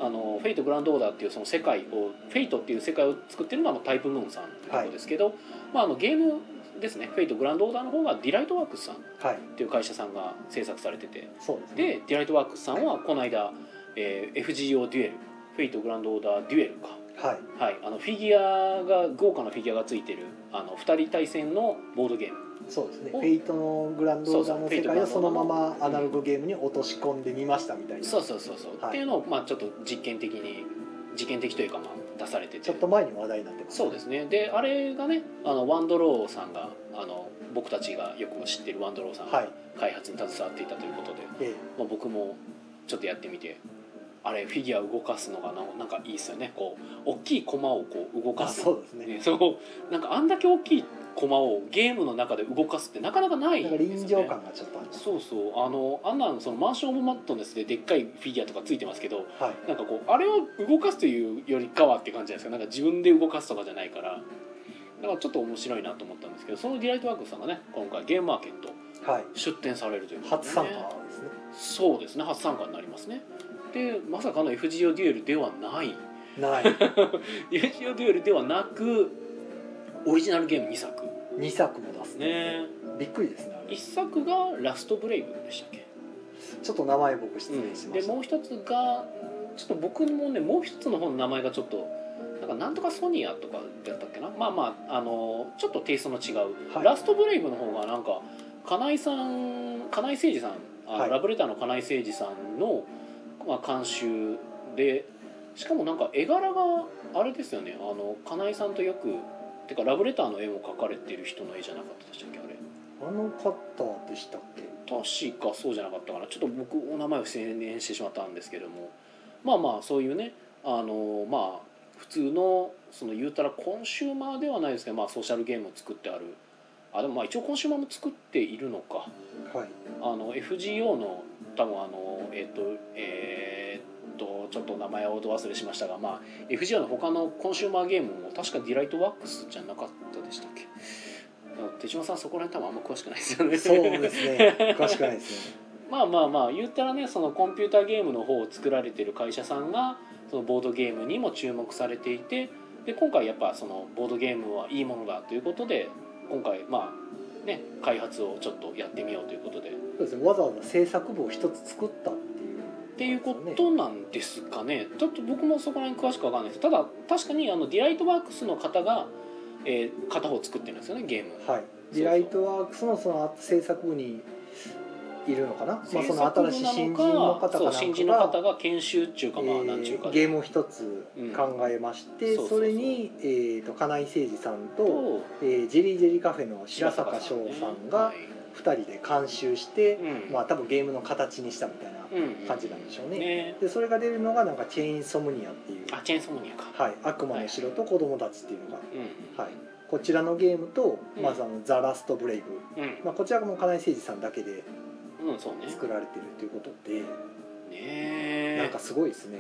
[SPEAKER 2] あの「フェイトグランドオーダー」っていうその世界を「フェイトっていう世界を作ってるのはタイプムーンさんってとこですけど、まあ、あのゲームですね「フェイトグランドオーダー」の方がディライトワークスさんっ
[SPEAKER 3] はい
[SPEAKER 2] ていう会社さんが制作されてて
[SPEAKER 3] そうですね
[SPEAKER 2] でディライトワークスさんはこの間、えー FGO デュエル「フェイトグランドオーダーデュエルか」
[SPEAKER 3] はい
[SPEAKER 2] はい、あのフィギュアが豪華なフィギュアがついてるあの2人対戦のボードゲーム
[SPEAKER 3] そうですね
[SPEAKER 2] お
[SPEAKER 3] フェイトのグランドオーダーの世界をそのままアナログゲームに落とし込んでみましたみたいなち
[SPEAKER 2] そうそうそうそう、
[SPEAKER 3] はい
[SPEAKER 2] っていうのをまあちょっと実験的に実験的というかまあ出されてて
[SPEAKER 3] ょっと前に話題になってます
[SPEAKER 2] そうですねであれがねあのワンドローさんがあの僕たちがよく知ってるワンドローさん
[SPEAKER 3] は
[SPEAKER 2] が
[SPEAKER 3] い
[SPEAKER 2] 開発に携わっていたということで、
[SPEAKER 3] え
[SPEAKER 2] まあ、僕もちょっとやってみてあれフィギュア動かすのがななんかいいですよねこう大きい駒をこう動
[SPEAKER 3] え
[SPEAKER 2] か
[SPEAKER 3] あ
[SPEAKER 2] す
[SPEAKER 3] そうですね
[SPEAKER 2] ねそうなんかあんだけ大きい駒をゲームの中で動かすってなかなかない
[SPEAKER 3] なんか臨
[SPEAKER 2] ですよ
[SPEAKER 3] 場
[SPEAKER 2] ね
[SPEAKER 3] 感がちょっとある
[SPEAKER 2] そうそうあのあんなんそのマンションオブマットネスででっかいフィギュアとかついてますけど
[SPEAKER 3] はい
[SPEAKER 2] なんかこうあれを動かすというよりかはって感じじゃないですかなんか自分で動かすとかじゃないからだからちょっと面白いなと思ったんですけどそのディライトワークスさんがね今回ゲームマーケット
[SPEAKER 3] はい
[SPEAKER 2] 出展されるということで
[SPEAKER 3] 初参加ですね
[SPEAKER 2] そうですね初参加になりますねでまさかの FGO デュエルではない
[SPEAKER 3] ない
[SPEAKER 2] FGO デュエルではなくオリジナルゲーム2作
[SPEAKER 3] 2作も出す
[SPEAKER 2] ね
[SPEAKER 3] びっくりですね
[SPEAKER 2] 1作が「ラストブレイブ」でしたっけ
[SPEAKER 3] ちょっと名前僕失礼しま
[SPEAKER 2] で
[SPEAKER 3] した
[SPEAKER 2] もう一つがちょっと僕もねもう一つの方の名前がちょっとなんかなんとかソニアとかだったっけなまあまああのちょっとテイストの違う、
[SPEAKER 3] はい
[SPEAKER 2] ラストブレイブの方がなんか金井さん金井誠二さんあの、
[SPEAKER 3] はい
[SPEAKER 2] ラブレターの金井誠二さんの、まあ、監修でしかもなんか絵柄があれですよねあの金井さんとよくてかラブレターの絵も描かれてる人の絵じゃなかったでしたっけあれ
[SPEAKER 3] あの方でしたっけ
[SPEAKER 2] 確かそうじゃなかったかなちょっと僕お名前を失念してしまったんですけどもまあまあそういうねあのまあ普通のその言うたらコンシューマーではないですけど、まあ、ソーシャルゲームを作ってあるあでもまあ一応コンシューマーも作っているのか
[SPEAKER 3] はい
[SPEAKER 2] あの FGO の多分あのえっとえーっとちょっと名前をど忘れしましたが、まあ、FGO の他のコンシューマーゲームも確かディライトワックスじゃなかったでしたっけだから手島さんそこら辺多分あんま詳しくないですよね
[SPEAKER 3] そうですね詳しくないですね
[SPEAKER 2] まあまあまあ言ったらねそのコンピューターゲームの方を作られてる会社さんがそのボードゲームにも注目されていてで今回やっぱそのボードゲームはいいものだということで今回まあね開発をちょっとやってみようということでっ
[SPEAKER 3] そうですねわざわざ制作部を一つ作ったっていう
[SPEAKER 2] ていうことなんですかねちょっと僕もそこら辺詳しくわかんないですただ確かにあのディライトワークスの方が、えー片方作ってるんですよねゲーム
[SPEAKER 3] はいディライトワークスのその制作部にいるのかな、まあ、そ
[SPEAKER 2] 制
[SPEAKER 3] の
[SPEAKER 2] 作部
[SPEAKER 3] 新しい
[SPEAKER 2] な
[SPEAKER 3] 新人の方か
[SPEAKER 2] そう新人の
[SPEAKER 3] なんか
[SPEAKER 2] 方
[SPEAKER 3] が
[SPEAKER 2] が研修中かまあ何中
[SPEAKER 3] え
[SPEAKER 2] か
[SPEAKER 3] ー
[SPEAKER 2] で
[SPEAKER 3] ゲームを一つ考えまして、
[SPEAKER 2] うんそうそうそう
[SPEAKER 3] それに、えー、と金井誠二さんと、
[SPEAKER 2] と
[SPEAKER 3] えージェリージェリーカフェの白坂翔さんが
[SPEAKER 2] はい
[SPEAKER 3] 2人で監修して、
[SPEAKER 2] うん
[SPEAKER 3] まあ、多分ゲームの形にしたみたいな感じなんでしょうね,、
[SPEAKER 2] ね
[SPEAKER 3] でそれが出るのがなんかチェインソムニアっていう、
[SPEAKER 2] あチェーンソムニアか、
[SPEAKER 3] はい、悪魔の城と子供たちっていうのが、
[SPEAKER 2] うん
[SPEAKER 3] はい、こちらのゲームと、
[SPEAKER 2] うん
[SPEAKER 3] まずあのザ・ラスト・ブレイブ、まあ、こちらも金井誠二さんだけで
[SPEAKER 2] うん、うん、そうね
[SPEAKER 3] 作られてるということで、
[SPEAKER 2] ね
[SPEAKER 3] なんかすごいですね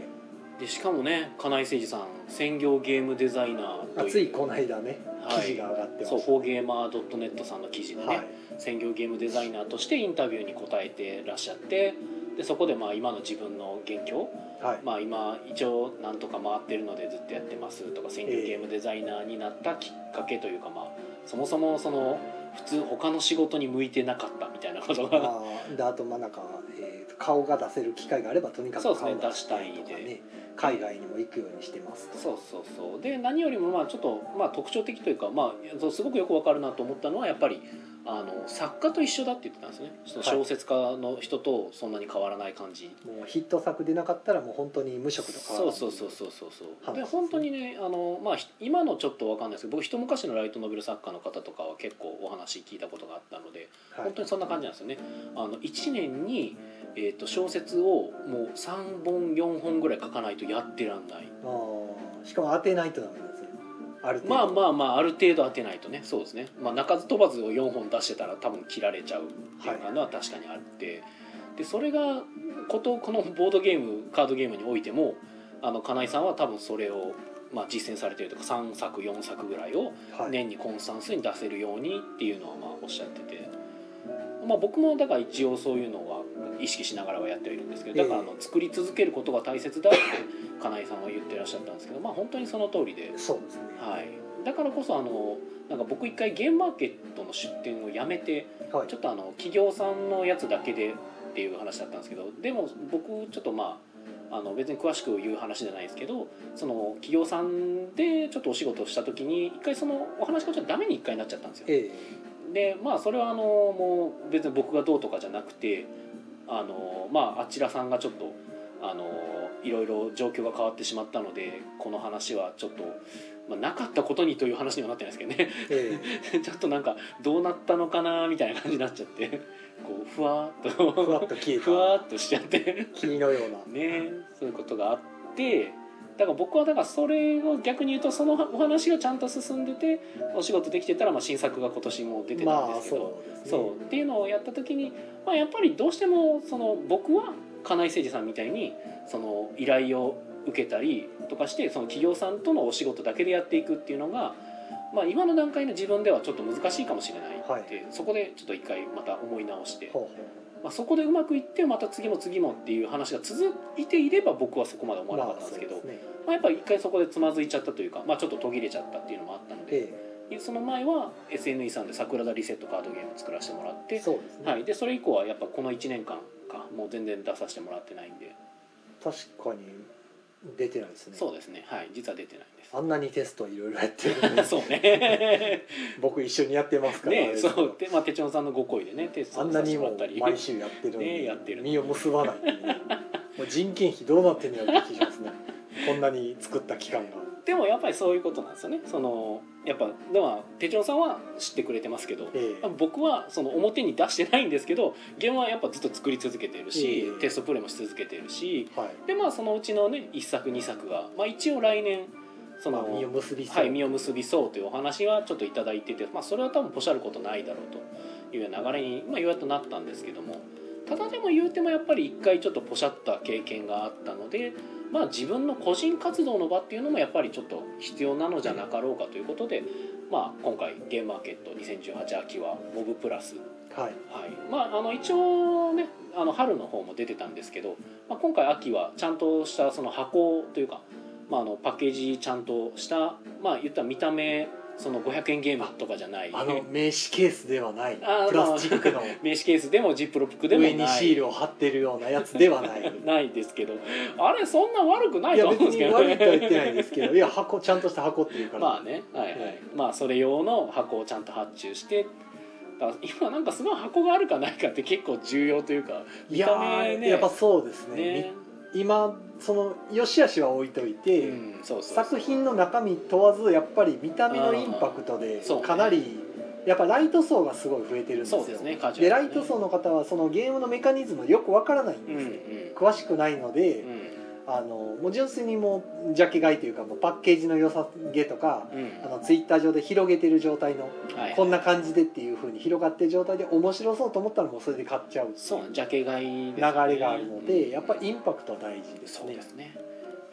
[SPEAKER 2] でしかもね金井誠二さん専業ゲームデザイナー
[SPEAKER 3] あ
[SPEAKER 2] という
[SPEAKER 3] ついこの間ね
[SPEAKER 2] はい
[SPEAKER 3] 記事が上がってま
[SPEAKER 2] そう
[SPEAKER 3] し
[SPEAKER 2] フォーゲーマー .net さんの記事で
[SPEAKER 3] た
[SPEAKER 2] ね、
[SPEAKER 3] はい
[SPEAKER 2] 専業ゲームデザイナーとしてインタビューに答えてらっしゃってでそこでまあ今の自分の現況、
[SPEAKER 3] はい
[SPEAKER 2] まあ、今一応なんとか回ってるのでずっとやってますとか専業ゲームデザイナーになったきっかけというか、まあ、そもそもその普通他の仕事に向いてなかったみたいなことが
[SPEAKER 3] あーであとまあなんか、えーと顔が出せる機会があればとにかく
[SPEAKER 2] そう
[SPEAKER 3] 顔
[SPEAKER 2] ですね
[SPEAKER 3] を出したい
[SPEAKER 2] 出
[SPEAKER 3] と
[SPEAKER 2] した
[SPEAKER 3] か
[SPEAKER 2] いで
[SPEAKER 3] ね海外にも行くようにしてますと
[SPEAKER 2] そうそうそうで何よりもまあちょっと、まあ、特徴的というか、まあ、そうすごくよくわかるなと思ったのはやっぱりあの作家と一緒だって言ってたんですねその
[SPEAKER 3] はい
[SPEAKER 2] 小説家の人とそんなに変わらない感じ、
[SPEAKER 3] もうヒット作でなかったらもう本当に無職とか
[SPEAKER 2] そうそうそうそうそうそう
[SPEAKER 3] 話
[SPEAKER 2] で
[SPEAKER 3] ですね
[SPEAKER 2] 本当にねあの、まあ、ひ今のちょっとわかんないですけど僕一昔のライトノベル作家の方とかは結構お話聞いたことがあったので
[SPEAKER 3] はい
[SPEAKER 2] 本当にそんな感じなんですよねあの1年に、えー、と小説をもう3本4本ぐらい書かないとやってらんない
[SPEAKER 3] あーしかも当てないとダメなんですよある程度
[SPEAKER 2] まあまあまあある程度当てないとねそうですね、まあ、鳴かず飛ばずを4本出してたら多分切られちゃうっていうのは確かにあって、でそれがことこのボードゲームカードゲームにおいてもあの金井さんは多分それを、まあ、実践されてるとか3作4作ぐらいを
[SPEAKER 3] はい
[SPEAKER 2] 年にコンスタンスに出せるようにっていうのはまあおっしゃってて、まあ、僕もだから一応そういうのは意識しながらはやってはいるんですけどだからあの作り続けることが大切だって金井さんは言ってらっしゃったんですけどまあ本当にその通りで。
[SPEAKER 3] そうですね
[SPEAKER 2] はい、だからこそあのなんか僕一回ゲームマーケットの出店をやめて
[SPEAKER 3] はい
[SPEAKER 2] ちょっとあの企業さんのやつだけでっていう話だったんですけどでも僕ちょっとまああの別に詳しく言う話じゃないですけどその企業さんでちょっとお仕事をした時に一回そのお話がちょっとダメに一回なっちゃったんですよ。
[SPEAKER 3] え
[SPEAKER 2] でまあそれはあのもう別に僕がどうとかじゃなくてあのまああちらさんがちょっとあのいろいろ状況が変わってしまったのでこの話はちょっと、まあ、なかったことにという話にはなってないですけどね
[SPEAKER 3] ええ
[SPEAKER 2] ちょっとなんかどうなったのかなみたいな感じになっちゃってこうふわーっ
[SPEAKER 3] えふわ
[SPEAKER 2] と
[SPEAKER 3] っと消え
[SPEAKER 2] ふ
[SPEAKER 3] た
[SPEAKER 2] わーっとしちゃって。
[SPEAKER 3] 霧のような
[SPEAKER 2] ね、そういうことがあってだから僕はだからそれを逆に言うとそのお話がちゃんと進んでてお仕事できてたらまあ新作が今年も出てたん
[SPEAKER 3] ま
[SPEAKER 2] で
[SPEAKER 3] あ
[SPEAKER 2] すけど、
[SPEAKER 3] そうですね
[SPEAKER 2] そうっていうのをやった時に、まあ、やっぱりどうしてもその僕は金井誠司さんみたいにその依頼を受けたりとかしてその企業さんとのお仕事だけでやっていくっていうのが、まあ、今の段階の自分ではちょっと難しいかもしれないって、そこでちょっと一回また思い直して、
[SPEAKER 3] ほうほ
[SPEAKER 2] まあ、そこでうまくいってまた次も次もっていう話が続いていれば僕はそこまで思
[SPEAKER 3] う
[SPEAKER 2] わなか
[SPEAKER 3] ま
[SPEAKER 2] っ
[SPEAKER 3] あ
[SPEAKER 2] たんで
[SPEAKER 3] そ
[SPEAKER 2] すけ
[SPEAKER 3] うで
[SPEAKER 2] ど、
[SPEAKER 3] すね
[SPEAKER 2] まあ、やっぱり一回そこでつまずいちゃったというか、まあ、ちょっと途切れちゃったっていうのもあったので、
[SPEAKER 3] え
[SPEAKER 2] その前は SNE さんで桜田リセットカードゲームを作らせてもらっ
[SPEAKER 3] え
[SPEAKER 2] て
[SPEAKER 3] そうですね
[SPEAKER 2] はい、でそれ以降はやっぱこの1年間かもう全然出させてもらってないんで、
[SPEAKER 3] 確かに出てないですね
[SPEAKER 2] そうですねはい実は出てないんで
[SPEAKER 3] あんなにテストいろいろやってるのに
[SPEAKER 2] す そう ね
[SPEAKER 3] 僕一緒にやってますからあ
[SPEAKER 2] ね
[SPEAKER 3] れですけど
[SPEAKER 2] そうで、まあ、手帳さんのご好意でねテス
[SPEAKER 3] あ
[SPEAKER 2] ト
[SPEAKER 3] ん
[SPEAKER 2] を
[SPEAKER 3] な
[SPEAKER 2] させて
[SPEAKER 3] に
[SPEAKER 2] もら
[SPEAKER 3] も
[SPEAKER 2] ったり
[SPEAKER 3] 毎週やってるの
[SPEAKER 2] ね
[SPEAKER 3] に
[SPEAKER 2] やってる
[SPEAKER 3] 身を結ばないっていうねもう人件費どうなってんのやろって気しますねこんなに作った期間が
[SPEAKER 2] でもやっぱりそういうことなんですよねそのやっぱでは手帳さんは知ってくれてますけど
[SPEAKER 3] ええ
[SPEAKER 2] 僕はその表に出してないんですけどゲームはやっぱずっと作り続けてるし、
[SPEAKER 3] うん
[SPEAKER 2] テストプレイもし続けてるし
[SPEAKER 3] はい
[SPEAKER 2] でまあそのうちのね1作2作が、まあ、一応来年そ
[SPEAKER 3] ま
[SPEAKER 2] の
[SPEAKER 3] あ身を結びそ
[SPEAKER 2] は
[SPEAKER 3] う
[SPEAKER 2] い、実を結びそうというお話はちょっといただいてて、まあ、それは多分ポシャることないだろうという流れに、まあ、ようやっとなったんですけどもただでも言うてもやっぱり一回ちょっとポシャった経験があったので、まあ、自分の個人活動の場っていうのもやっぱりちょっと必要なのじゃなかろうかということで、まあ、今回ゲームマーケット2018秋はモブプラス
[SPEAKER 3] はい
[SPEAKER 2] はいまあ、あの一応ねあの春の方も出てたんですけど、まあ、今回秋はちゃんとしたその箱というか、まあ、あのパッケージちゃんとした、まあ、言ったら見た目その500円ゲームとかじゃない
[SPEAKER 3] あの名刺ケースではない
[SPEAKER 2] あ
[SPEAKER 3] プラスチックの
[SPEAKER 2] 名刺ケースでもジップロックでもな
[SPEAKER 3] 上
[SPEAKER 2] い
[SPEAKER 3] にシールを貼ってるようなやつではない
[SPEAKER 2] ないですけどあれそんな悪くないい
[SPEAKER 3] や
[SPEAKER 2] と
[SPEAKER 3] 別
[SPEAKER 2] 思うんです
[SPEAKER 3] に
[SPEAKER 2] けど
[SPEAKER 3] 悪いとは言って
[SPEAKER 2] ね。
[SPEAKER 3] ないですけどいや箱ちゃんとした箱っていうから、
[SPEAKER 2] まあね、はいはい
[SPEAKER 3] はい
[SPEAKER 2] まあ、それ用の箱をちゃんと発注してだから今なんかすごい箱があるかないかって結構重要というか
[SPEAKER 3] い
[SPEAKER 2] 見
[SPEAKER 3] や
[SPEAKER 2] た
[SPEAKER 3] ー
[SPEAKER 2] 目ね
[SPEAKER 3] やっぱそうですね
[SPEAKER 2] ね、
[SPEAKER 3] み今その良し悪しは置いといて、
[SPEAKER 2] うん、そうそうそう
[SPEAKER 3] 作品の中身問わずやっぱり見た目のインパクトで
[SPEAKER 2] んそうね
[SPEAKER 3] かなりやっぱライト層がすごい増えてるんですよ
[SPEAKER 2] そうですねカジュ
[SPEAKER 3] で
[SPEAKER 2] ア
[SPEAKER 3] ラ
[SPEAKER 2] ル
[SPEAKER 3] イ
[SPEAKER 2] ね
[SPEAKER 3] ト層の方はそのゲームのメカニズムよくわからないん
[SPEAKER 2] うん
[SPEAKER 3] で
[SPEAKER 2] う
[SPEAKER 3] す
[SPEAKER 2] ん
[SPEAKER 3] よ、詳しくないので、
[SPEAKER 2] う
[SPEAKER 3] あのもう純粋にもうジャケ買いというかもうパッケージの良さげとか、
[SPEAKER 2] ん
[SPEAKER 3] あのツイッター上で広げてる状態の
[SPEAKER 2] はい
[SPEAKER 3] こんな感じでっていう風に広がってる状態で面白そうと思ったらもうそれで買っちゃうってい
[SPEAKER 2] そうジャケ買いですね
[SPEAKER 3] 流れがあるので、やっぱ
[SPEAKER 2] うん
[SPEAKER 3] インパクトは大事です
[SPEAKER 2] そう
[SPEAKER 3] ね
[SPEAKER 2] ですね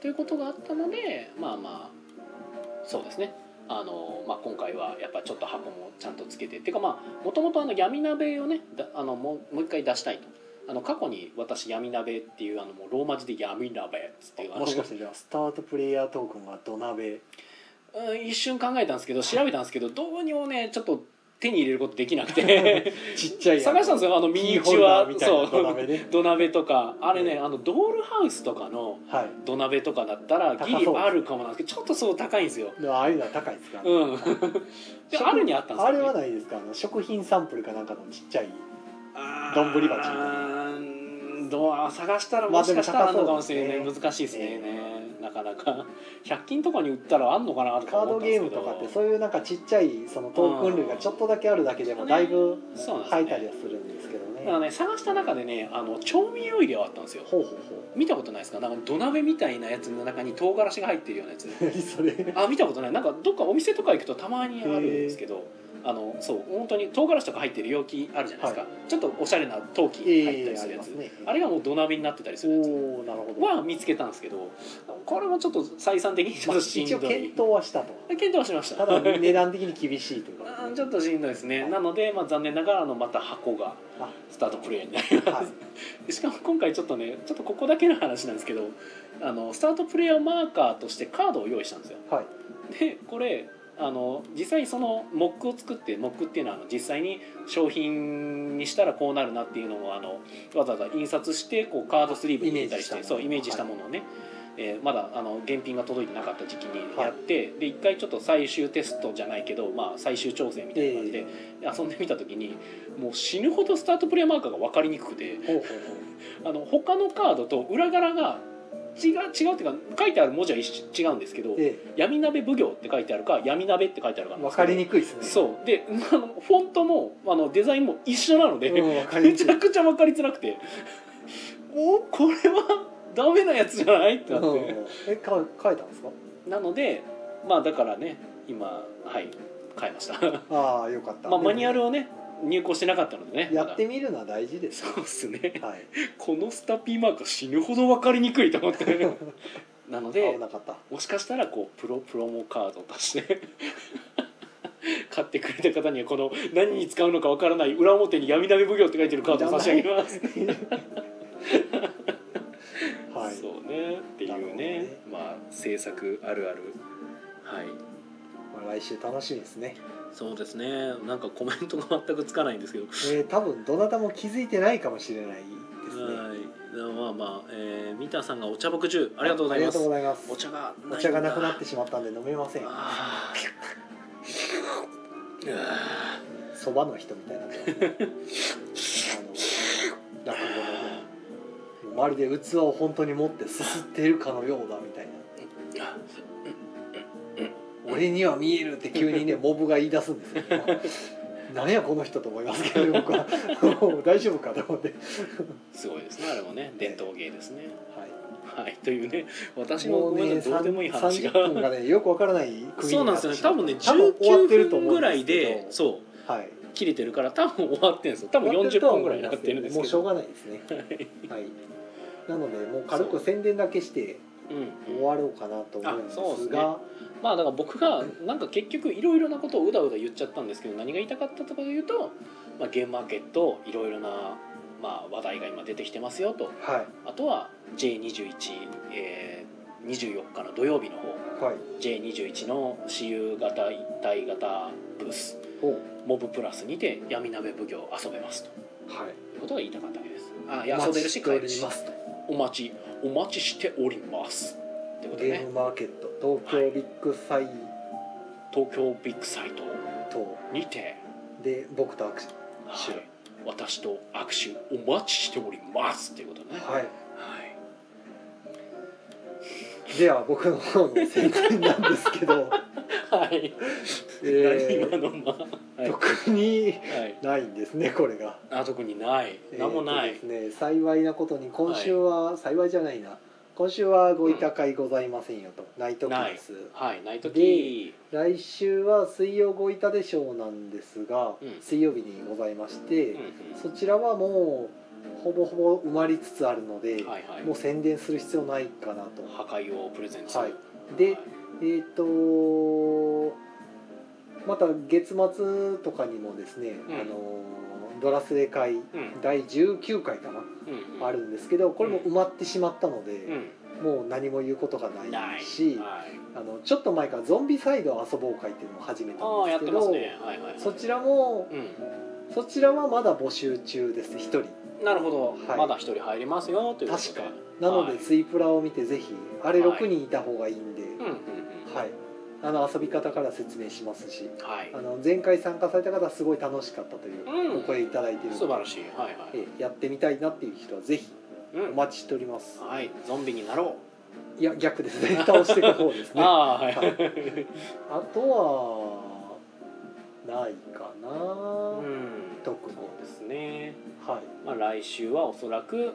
[SPEAKER 2] ということがあったのでまあまあそうですねあのまあ、今回はやっぱちょっと箱もちゃんとつけてっていうかまあもともとあの闇鍋をねだあのもうもう一回出したいとあの過去に私闇鍋っていうあのもうローマ字で闇鍋っていうあの
[SPEAKER 3] もしかしてじゃあスタートプレイヤートークンは土鍋
[SPEAKER 2] うん一瞬考えたんですけど調べたんですけどどうにもねちょっと手に入れることできなくて
[SPEAKER 3] ちっちゃいやつ
[SPEAKER 2] 探したんですよあのミ
[SPEAKER 3] ミ
[SPEAKER 2] ニ
[SPEAKER 3] ニ
[SPEAKER 2] チ
[SPEAKER 3] チ
[SPEAKER 2] ュ
[SPEAKER 3] ュ
[SPEAKER 2] ア
[SPEAKER 3] アみたいな土鍋ね
[SPEAKER 2] 土鍋とかあれね、
[SPEAKER 3] ね
[SPEAKER 2] あのドールハウスとかの
[SPEAKER 3] はい
[SPEAKER 2] 土鍋とかだったらギ
[SPEAKER 3] 高そう
[SPEAKER 2] リあるかもなんですけどちょっとそう高いんですよ
[SPEAKER 3] でもああいうのは高いですから、
[SPEAKER 2] うん で
[SPEAKER 3] 食
[SPEAKER 2] あるにあったんです
[SPEAKER 3] あれは
[SPEAKER 2] ね
[SPEAKER 3] ないですかあの食品サンプルかなんかのちっちゃい
[SPEAKER 2] あ
[SPEAKER 3] 丼鉢みたいな
[SPEAKER 2] などう探したら
[SPEAKER 3] ま
[SPEAKER 2] も
[SPEAKER 3] あ
[SPEAKER 2] し
[SPEAKER 3] で
[SPEAKER 2] か
[SPEAKER 3] も
[SPEAKER 2] したらあ
[SPEAKER 3] 高
[SPEAKER 2] る
[SPEAKER 3] そうですね
[SPEAKER 2] のかもしれない、難しいですね、なかなか100均とかに売ったらあんのかなとか
[SPEAKER 3] カー
[SPEAKER 2] 思
[SPEAKER 3] ド
[SPEAKER 2] ったんで
[SPEAKER 3] ゲー
[SPEAKER 2] すけど
[SPEAKER 3] ムとかってそういうなんかちっちゃいそのトークン類がちょっとだけあるだけでもだいぶ
[SPEAKER 2] そうなんですね
[SPEAKER 3] 入ったりはするんですけどね
[SPEAKER 2] あのね、探した中でねあの調味料入れはあったんですよ
[SPEAKER 3] ほうほうほ
[SPEAKER 2] 見たことないですかなんか土鍋みたいなやつの中に唐辛子が入ってるようなやつ
[SPEAKER 3] う何それ
[SPEAKER 2] あ見たことないなんかどっかお店とか行くとたまにあるんですけどあのそう本当に唐辛子とか入ってる容器あるじゃないですか、
[SPEAKER 3] は
[SPEAKER 2] ちょっとおしゃれな陶器に入ったりするやつ、
[SPEAKER 3] ね
[SPEAKER 2] あれがもう土鍋になってたりするやつ
[SPEAKER 3] おおなるほど、
[SPEAKER 2] は見つけたんですけどこれもちょっと採算的にちょっとしん
[SPEAKER 3] 一
[SPEAKER 2] ど
[SPEAKER 3] 応検
[SPEAKER 2] い
[SPEAKER 3] 討はしたと
[SPEAKER 2] 検討はしました
[SPEAKER 3] た だ値段的に厳しいというか
[SPEAKER 2] あーちょっとしんどいですねなので、まあ、残念ながらあのまた箱が
[SPEAKER 3] あ
[SPEAKER 2] スタートプレイヤーになり
[SPEAKER 3] は
[SPEAKER 2] しかも今回ちょっとねちょっとここだけの話なんですけどあのスタートプレイヤーマーカーとしてカードを用意したんですよ
[SPEAKER 3] いはい
[SPEAKER 2] でこれあの実際にそのモックを作ってモックっていうのはあの実際に商品にしたらこうなるなっていうのをあのわざわざ印刷してこうカードスリーブに入れたりして
[SPEAKER 3] イメージしたもの
[SPEAKER 2] そうイメージしたものをね、えーまだあの原品が届いてなかった時期にやって、で一回ちょっと最終テストじゃないけど、まあ、最終調整みたいな感じで遊んでみた時にもう死ぬほどスタートプレイヤーマーカーが分かりにくくて
[SPEAKER 3] ほうほう
[SPEAKER 2] あの他のカードと裏柄が違う違うっていうか書いてある文字は一緒違うんですけど
[SPEAKER 3] ほう、え
[SPEAKER 2] 闇鍋奉行って書いてあるか闇鍋って書いてあるか
[SPEAKER 3] え、
[SPEAKER 2] なんで
[SPEAKER 3] 分
[SPEAKER 2] すけ
[SPEAKER 3] か
[SPEAKER 2] ど
[SPEAKER 3] りにくいですね
[SPEAKER 2] そうで あのフォントもあのデザインも一緒なので、
[SPEAKER 3] うん、分かり
[SPEAKER 2] め
[SPEAKER 3] にくい
[SPEAKER 2] ちゃくちゃ分かりづらくておこれはダメなやつじゃないってなっ
[SPEAKER 3] うん
[SPEAKER 2] て、
[SPEAKER 3] えか変えたんですか
[SPEAKER 2] なのでまあだからね今はい変えました
[SPEAKER 3] ああよかった、
[SPEAKER 2] まあマニュア
[SPEAKER 3] ル
[SPEAKER 2] ルをね入稿してなかったのでね
[SPEAKER 3] やって
[SPEAKER 2] み
[SPEAKER 3] みるのは大事です
[SPEAKER 2] そうっすね
[SPEAKER 3] はい
[SPEAKER 2] このスタピーマーク死ぬほど分かりにくいと思ってなので
[SPEAKER 3] 危なかった
[SPEAKER 2] もしかしたらこうプロプロモカードとして 買ってくれた方にはこの何に使うのかわからない裏表に闇鍋奉行って書いてるカードを差し上げます、
[SPEAKER 3] はい
[SPEAKER 2] そうねっていうね
[SPEAKER 3] なる
[SPEAKER 2] まあ制作あるあるはい
[SPEAKER 3] まあ、来週楽しみですね、
[SPEAKER 2] そうですねなんかコメントが全くつかないんですけど
[SPEAKER 3] えー、多分どなたも気づいてないかもしれないですね
[SPEAKER 2] はいまあまあ、えー、三田さんがお茶牧中ありがとうござい
[SPEAKER 3] ありが
[SPEAKER 2] ま
[SPEAKER 3] と
[SPEAKER 2] す
[SPEAKER 3] うございます
[SPEAKER 2] お茶がないんだ
[SPEAKER 3] お茶がなくなってしまったんで飲めません
[SPEAKER 2] あーあ
[SPEAKER 3] そばの人みたいになってますねあの落語のねまるで器を本当に持ってすすっているかのようだみたいな
[SPEAKER 2] ーあ
[SPEAKER 3] 俺には見えるって急にねモブが言い出すんですよ何やこの人と思いますけど僕はもう大丈夫かと思って、
[SPEAKER 2] すごいですねあれもね伝統芸ですね
[SPEAKER 3] は
[SPEAKER 2] はい、というね、私
[SPEAKER 3] い、
[SPEAKER 2] も
[SPEAKER 3] も
[SPEAKER 2] ご
[SPEAKER 3] う
[SPEAKER 2] めん
[SPEAKER 3] ね
[SPEAKER 2] なさい、どうでもいい話が。
[SPEAKER 3] 30分がねよくわからない区切り
[SPEAKER 2] そう
[SPEAKER 3] に
[SPEAKER 2] なん
[SPEAKER 3] な
[SPEAKER 2] で
[SPEAKER 3] っ
[SPEAKER 2] すよ
[SPEAKER 3] て
[SPEAKER 2] ね、
[SPEAKER 3] しま
[SPEAKER 2] 多
[SPEAKER 3] っ
[SPEAKER 2] 分ね、
[SPEAKER 3] た多分終わってる
[SPEAKER 2] 19
[SPEAKER 3] と
[SPEAKER 2] 分
[SPEAKER 3] 思う
[SPEAKER 2] ぐ
[SPEAKER 3] ん
[SPEAKER 2] ら
[SPEAKER 3] で
[SPEAKER 2] い
[SPEAKER 3] すけど
[SPEAKER 2] で、そう、
[SPEAKER 3] はい
[SPEAKER 2] 切れてるから、多分終わってんですよ、多分40分ぐらいになってるんです
[SPEAKER 3] もう
[SPEAKER 2] け
[SPEAKER 3] しょ
[SPEAKER 2] ど。
[SPEAKER 3] うがないですねはい、なのでもう軽く宣伝だけして
[SPEAKER 2] うん
[SPEAKER 3] 終わろうかなと思うんですが
[SPEAKER 2] まあだから僕がなんか結局いろいろなことをうだうだ言っちゃったんですけど何が言いたかったところで言うと、まあ、ゲームマーケットいろいろな、まあ、話題が今出てきてますよと
[SPEAKER 3] はい
[SPEAKER 2] あとは J21、えー、24日の土曜日の方
[SPEAKER 3] はい
[SPEAKER 2] J21 の私有型一体型ブース
[SPEAKER 3] おは
[SPEAKER 2] モブプラスにて闇鍋奉行遊べますと
[SPEAKER 3] い
[SPEAKER 2] いうことが言いたかったわけですあ
[SPEAKER 3] お
[SPEAKER 2] 遊
[SPEAKER 3] 待
[SPEAKER 2] べ
[SPEAKER 3] ち
[SPEAKER 2] る
[SPEAKER 3] し
[SPEAKER 2] して買
[SPEAKER 3] お
[SPEAKER 2] える
[SPEAKER 3] り
[SPEAKER 2] し
[SPEAKER 3] ますと
[SPEAKER 2] お待ちお待ちしておりますってこと
[SPEAKER 3] ゲ
[SPEAKER 2] ね
[SPEAKER 3] ームマーケット東京ビッグサイ
[SPEAKER 2] 東京ビッグサイト
[SPEAKER 3] ト
[SPEAKER 2] にて、
[SPEAKER 3] で僕と握手
[SPEAKER 2] は
[SPEAKER 3] 白い
[SPEAKER 2] い、私と握手お待ちしておりますっていうことね
[SPEAKER 3] はい
[SPEAKER 2] はい
[SPEAKER 3] では僕の方の宣伝なんです けど、
[SPEAKER 2] はい、
[SPEAKER 3] えー
[SPEAKER 2] 今のまあ、はい
[SPEAKER 3] 特に
[SPEAKER 2] はい、
[SPEAKER 3] ないんですねこれが。
[SPEAKER 2] あ特にない何もない、
[SPEAKER 3] えーとですね、幸いなことに今週は、幸いじゃないな今週はご委託会ございませんよと、ナイトキッズ
[SPEAKER 2] はいない時
[SPEAKER 3] 来週は水曜ごいたでしょうなんですが、
[SPEAKER 2] うん
[SPEAKER 3] 水曜日にございまして、
[SPEAKER 2] うん
[SPEAKER 3] そちらはもうほぼほぼ埋まりつつあるので、
[SPEAKER 2] うん、はいはい
[SPEAKER 3] もう宣伝する必要ないかなと。
[SPEAKER 2] 破壊をプレゼンする、
[SPEAKER 3] はい、で、えっ、とまた月末とかにもです
[SPEAKER 2] ん
[SPEAKER 3] ね、あのドラスレ会
[SPEAKER 2] うん
[SPEAKER 3] 第19回かな、
[SPEAKER 2] うんうん、
[SPEAKER 3] あるんですけどこれも埋まってしまったので、
[SPEAKER 2] う
[SPEAKER 3] もう何も言うことが
[SPEAKER 2] ん
[SPEAKER 3] な
[SPEAKER 2] ないい
[SPEAKER 3] し
[SPEAKER 2] はい
[SPEAKER 3] あのちょっと前からゾンビサイド遊ぼう会っていうのを始めた
[SPEAKER 2] ああや
[SPEAKER 3] ん
[SPEAKER 2] っ
[SPEAKER 3] で
[SPEAKER 2] て
[SPEAKER 3] すけ
[SPEAKER 2] ます
[SPEAKER 3] ど、
[SPEAKER 2] ねはいはいはい
[SPEAKER 3] そちらも、
[SPEAKER 2] う
[SPEAKER 3] そちらはまだ募集中です1人
[SPEAKER 2] んなるほど、
[SPEAKER 3] はい
[SPEAKER 2] まだ一人入りますよということで
[SPEAKER 3] 確かなの
[SPEAKER 2] はい
[SPEAKER 3] でスイプラを見てぜひあれ
[SPEAKER 2] はい
[SPEAKER 3] 6人いた方がいいんで、
[SPEAKER 2] うんうんうん
[SPEAKER 3] はい、あの遊び方から説明しますし
[SPEAKER 2] はい
[SPEAKER 3] あの前回参加された方はすごい楽しかったという
[SPEAKER 2] うん
[SPEAKER 3] お声いただいてる
[SPEAKER 2] 素
[SPEAKER 3] の
[SPEAKER 2] 晴らしいはいはい、
[SPEAKER 3] でやってみたいなっていう人はぜひ
[SPEAKER 2] う
[SPEAKER 3] お
[SPEAKER 2] ん
[SPEAKER 3] 待ちしております
[SPEAKER 2] はいゾンビになろ
[SPEAKER 3] いや逆ですね倒していく方です
[SPEAKER 2] う、
[SPEAKER 3] ねあ
[SPEAKER 2] ああはい、
[SPEAKER 3] はいとはないかな、
[SPEAKER 2] うん
[SPEAKER 3] 特に
[SPEAKER 2] そうですね、
[SPEAKER 3] はい
[SPEAKER 2] まあ、来週はおそらく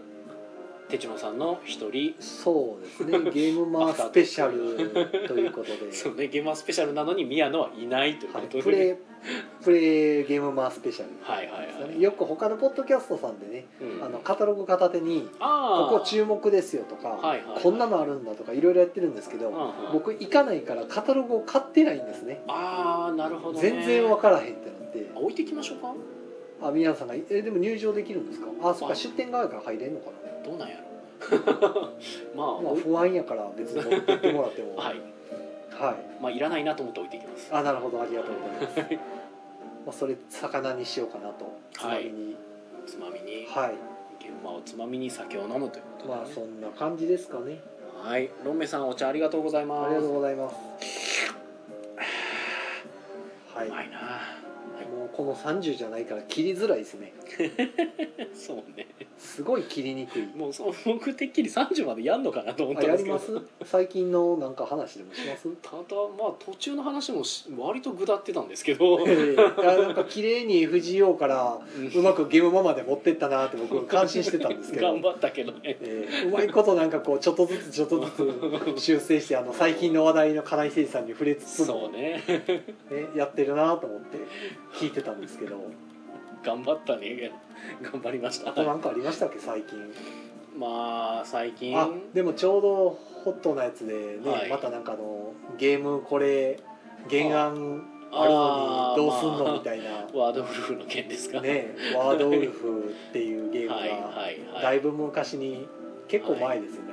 [SPEAKER 2] 手島さんの一人
[SPEAKER 3] そうで すねゲームマースペシャルということで、
[SPEAKER 2] そうね、ゲーマースペシャルなのに宮野はいないというこ
[SPEAKER 3] はい、
[SPEAKER 2] とで、
[SPEAKER 3] プレイプレイゲームマースペシャル
[SPEAKER 2] はいはいはい
[SPEAKER 3] ですねよく他のポッドキャストさんでね
[SPEAKER 2] うん
[SPEAKER 3] あのカタログ片手に
[SPEAKER 2] あ
[SPEAKER 3] こ
[SPEAKER 2] ー
[SPEAKER 3] こ注目ですよとか、
[SPEAKER 2] はいはいはい
[SPEAKER 3] こんなのあるんだとかいろいろやってるんですけど、
[SPEAKER 2] うんうん
[SPEAKER 3] 僕行かないからカタログを買ってないんですね
[SPEAKER 2] あーなるほど、ね、
[SPEAKER 3] 全然分からへんってなって
[SPEAKER 2] あ置いていきましょうか
[SPEAKER 3] あ皆さんが「えでも入場できるんですかあそっ
[SPEAKER 2] あ
[SPEAKER 3] か出店側から入れんのか
[SPEAKER 2] どうなんやろ まあ
[SPEAKER 3] な、まあ、不安やから別に持ってってもらって も
[SPEAKER 2] はい
[SPEAKER 3] はい
[SPEAKER 2] まあいらないなと思って置いていきます
[SPEAKER 3] あなるほどありがとうございますまあそれ魚にしようかなとつまみに
[SPEAKER 2] つまみに
[SPEAKER 3] はい、
[SPEAKER 2] 現場をつまみに酒を飲むということで、
[SPEAKER 3] まあそんな感じですかね
[SPEAKER 2] はいロンメイさんお茶ありがとうございます
[SPEAKER 3] ありがとうございますはいう
[SPEAKER 2] まいな
[SPEAKER 3] もうこの30じゃないから切りづらいですね
[SPEAKER 2] そうね
[SPEAKER 3] すごい切りにくい
[SPEAKER 2] もうそう僕てっきり30までやんのかなと思っ
[SPEAKER 3] あ
[SPEAKER 2] たん
[SPEAKER 3] や
[SPEAKER 2] です
[SPEAKER 3] り
[SPEAKER 2] けど
[SPEAKER 3] ます最近のなんか話でもし ます
[SPEAKER 2] ただまあ途中の話もし割と下ってたんですけど
[SPEAKER 3] いやなんか綺麗に FGO からうまくゲームマまで持ってったなって僕感心してたんですけど
[SPEAKER 2] 頑張ったけどね
[SPEAKER 3] えーうまいことなんかこうちょっとずつちょっとずつ修正してあの最近の話題の金井誠司さんに触れつつ
[SPEAKER 2] そ
[SPEAKER 3] も
[SPEAKER 2] う、ね
[SPEAKER 3] ね、やってるなと思って聞いてたんですけど
[SPEAKER 2] 頑張ったね頑張りました
[SPEAKER 3] あとなんかありましたっけ最近
[SPEAKER 2] まあ最近
[SPEAKER 3] あでもちょうどホットなやつでね、
[SPEAKER 2] はい
[SPEAKER 3] またなんかあのゲームこれ原案あるの
[SPEAKER 2] あー
[SPEAKER 3] にどうすんの
[SPEAKER 2] まあ
[SPEAKER 3] みたいな、
[SPEAKER 2] ワードウルフの件ですか
[SPEAKER 3] ねワードウルフっていうゲーム
[SPEAKER 2] はい
[SPEAKER 3] が
[SPEAKER 2] はいはい
[SPEAKER 3] だいぶ昔に結構前ですよね、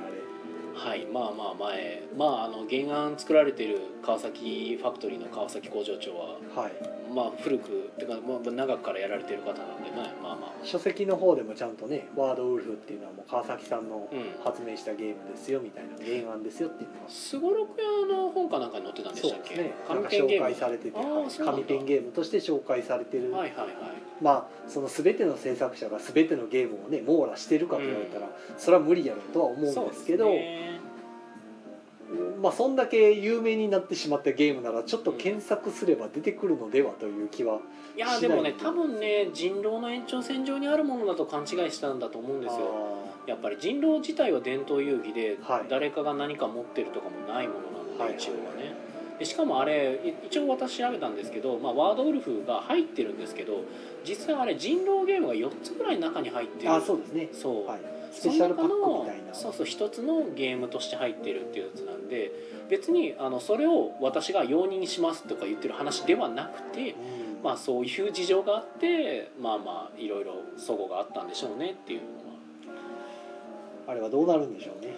[SPEAKER 2] はいまあまあ前まああの原案作られてる川崎ファクトリーの川崎工場長は
[SPEAKER 3] あれは
[SPEAKER 2] まあ古くてか、まあ、長くからやられてる方なんでねまあまあ
[SPEAKER 3] い書籍の方でもちゃんとねワードウルフっていうのはもう川崎さんの
[SPEAKER 2] うん
[SPEAKER 3] 発明したゲームですよみたいな原案ですよっていうのが
[SPEAKER 2] すごろく屋の本かなんかに載ってたんで
[SPEAKER 3] そ
[SPEAKER 2] し
[SPEAKER 3] う
[SPEAKER 2] たっ
[SPEAKER 3] です
[SPEAKER 2] け、
[SPEAKER 3] ねなん
[SPEAKER 2] 紙
[SPEAKER 3] か
[SPEAKER 2] ペンゲ
[SPEAKER 3] 紹
[SPEAKER 2] ーム
[SPEAKER 3] 介されてて
[SPEAKER 2] あー
[SPEAKER 3] はい
[SPEAKER 2] そうなんだ
[SPEAKER 3] 紙ペンゲームとして紹介されてる
[SPEAKER 2] はいはいはい
[SPEAKER 3] まあその全ての制作者が全てのゲームをね網羅してるかと言われたら、それは無理やろうとは思うんですけど
[SPEAKER 2] そうですね
[SPEAKER 3] まあ、そんだけ有名になってしまったゲームならちょっと検索すれば出てくるのではという気は、
[SPEAKER 2] いやでもね多
[SPEAKER 3] 次第に
[SPEAKER 2] 分ね人狼の延長線上にあるものだと勘違いしたんだと思うんですよ
[SPEAKER 3] あ
[SPEAKER 2] やっぱり人狼自体は伝統遊戯で、
[SPEAKER 3] はい
[SPEAKER 2] 誰かが何か持ってるとかもないものなので、
[SPEAKER 3] はい
[SPEAKER 2] 一応はねでしかもあれい一応私調べたんですけど、まあ、ワードウルフが入ってるんですけど実はあれ人狼ゲームが4つぐらい中に入ってる
[SPEAKER 3] ーあーそうですね、
[SPEAKER 2] そう
[SPEAKER 3] はい、ス
[SPEAKER 2] そ
[SPEAKER 3] ペ
[SPEAKER 2] の
[SPEAKER 3] シャ
[SPEAKER 2] 中
[SPEAKER 3] ルパック
[SPEAKER 2] の
[SPEAKER 3] みたいな
[SPEAKER 2] そうそう一つのゲームとして入ってるっていうやつなんで別にあのそれを私が容認にしますとか言ってる話ではなくて、
[SPEAKER 3] うん
[SPEAKER 2] まあ、そういう事情があってまあまあいろいろ齟齬があったんでしょうねっていうのは
[SPEAKER 3] あれはどうなるんでしょうね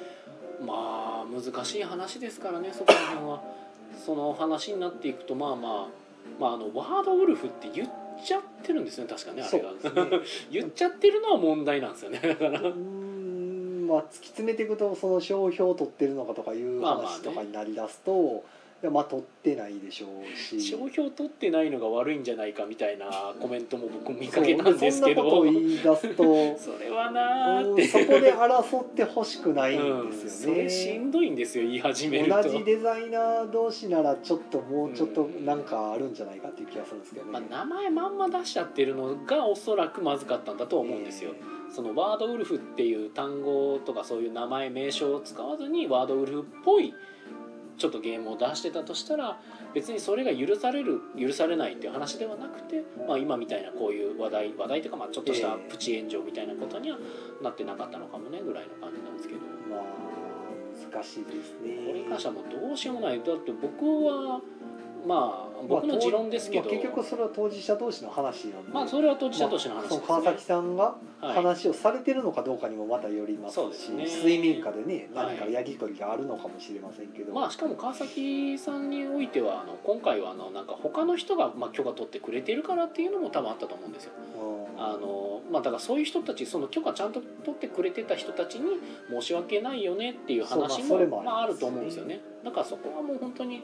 [SPEAKER 2] まあ難しい話ですからねそこら辺はその話になっていくとまあまあ,、まあ、あのワードウルフって言っちゃってるんですね確かねあ
[SPEAKER 3] そ
[SPEAKER 2] れ
[SPEAKER 3] う
[SPEAKER 2] が
[SPEAKER 3] です ね
[SPEAKER 2] 言っちゃってるのは問題なんですよねだか
[SPEAKER 3] う
[SPEAKER 2] ら
[SPEAKER 3] んまあ突き詰めていくとその商標を取ってるのかとかいう
[SPEAKER 2] まあまあ
[SPEAKER 3] 話
[SPEAKER 2] ね
[SPEAKER 3] とかになりだすと、いやまあ取ってないでしょうし
[SPEAKER 2] 商標取ってないのが悪いんじゃないかみたいなコメントも僕見かけたんですけど
[SPEAKER 3] そうそんなことを言い出すと
[SPEAKER 2] それはな
[SPEAKER 3] う
[SPEAKER 2] ーっ
[SPEAKER 3] ん
[SPEAKER 2] て
[SPEAKER 3] そこで争ってほしくないん
[SPEAKER 2] うん
[SPEAKER 3] です
[SPEAKER 2] そ
[SPEAKER 3] よね、
[SPEAKER 2] れしんどいんですよ言い始めると
[SPEAKER 3] 同じデザイナー同士ならちょっともうちょっとなんかあるんじゃないかっていう気がするんですけどね、
[SPEAKER 2] まあ、名前まんま出しちゃってるのがおそらくまずかったんだとは思うんですよ、そのワードウルフっていう単語とかそういう名前名称を使わずにワードウルフっぽいちょっとゲームを出してたとしたら別にそれが許される許されないっていう話ではなくて、まあ、今みたいなこういう話題話題というかまあちょっとした
[SPEAKER 3] ええ
[SPEAKER 2] プチ炎上みたいなことにはなってなかったのかもねぐらいの感じなんですけど。
[SPEAKER 3] えーまあ難しいですね
[SPEAKER 2] これに関してはもうどうしようもないだって僕はまあ僕の持論ですけど、
[SPEAKER 3] まあ結局それは当事者同士の話なんで、
[SPEAKER 2] まあそれは当事者としての話です、
[SPEAKER 3] そ
[SPEAKER 2] ね
[SPEAKER 3] の川崎さんが
[SPEAKER 2] はい、
[SPEAKER 3] 話をされてるのかどうかにもまたよりますし、
[SPEAKER 2] そうですね
[SPEAKER 3] 水面下でね
[SPEAKER 2] はい
[SPEAKER 3] 何かやり取りがあるのかもしれませんけど、
[SPEAKER 2] まあしかも川崎さんにおいてはあの今回はあのなんか他の人がまあ許可取ってくれてるからっていうのも多分あったと思うんですよ
[SPEAKER 3] うん
[SPEAKER 2] あのまあだからそういう人たちその許可ちゃんと取ってくれてた人たちに申し訳ないよねっていう話
[SPEAKER 3] そうまあそ
[SPEAKER 2] も
[SPEAKER 3] れもありますね
[SPEAKER 2] まああると思うんですよねだからそこはもう本当に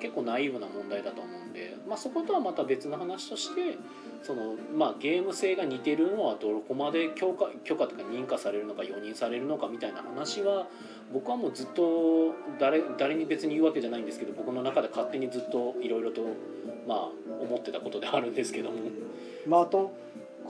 [SPEAKER 2] 結構ナイーブな問題だと思うんで、まあ、そことはまた別の話としてその、まあ、ゲーム性が似てるのはどこまで許可許可とか認可されるのか容認されるのかみたいな話は僕はもうずっと誰誰に別に言うわけじゃないんですけど僕の中で勝手にずっといろいろと、まあ、思ってたことではあるんですけども。
[SPEAKER 3] まあ、あと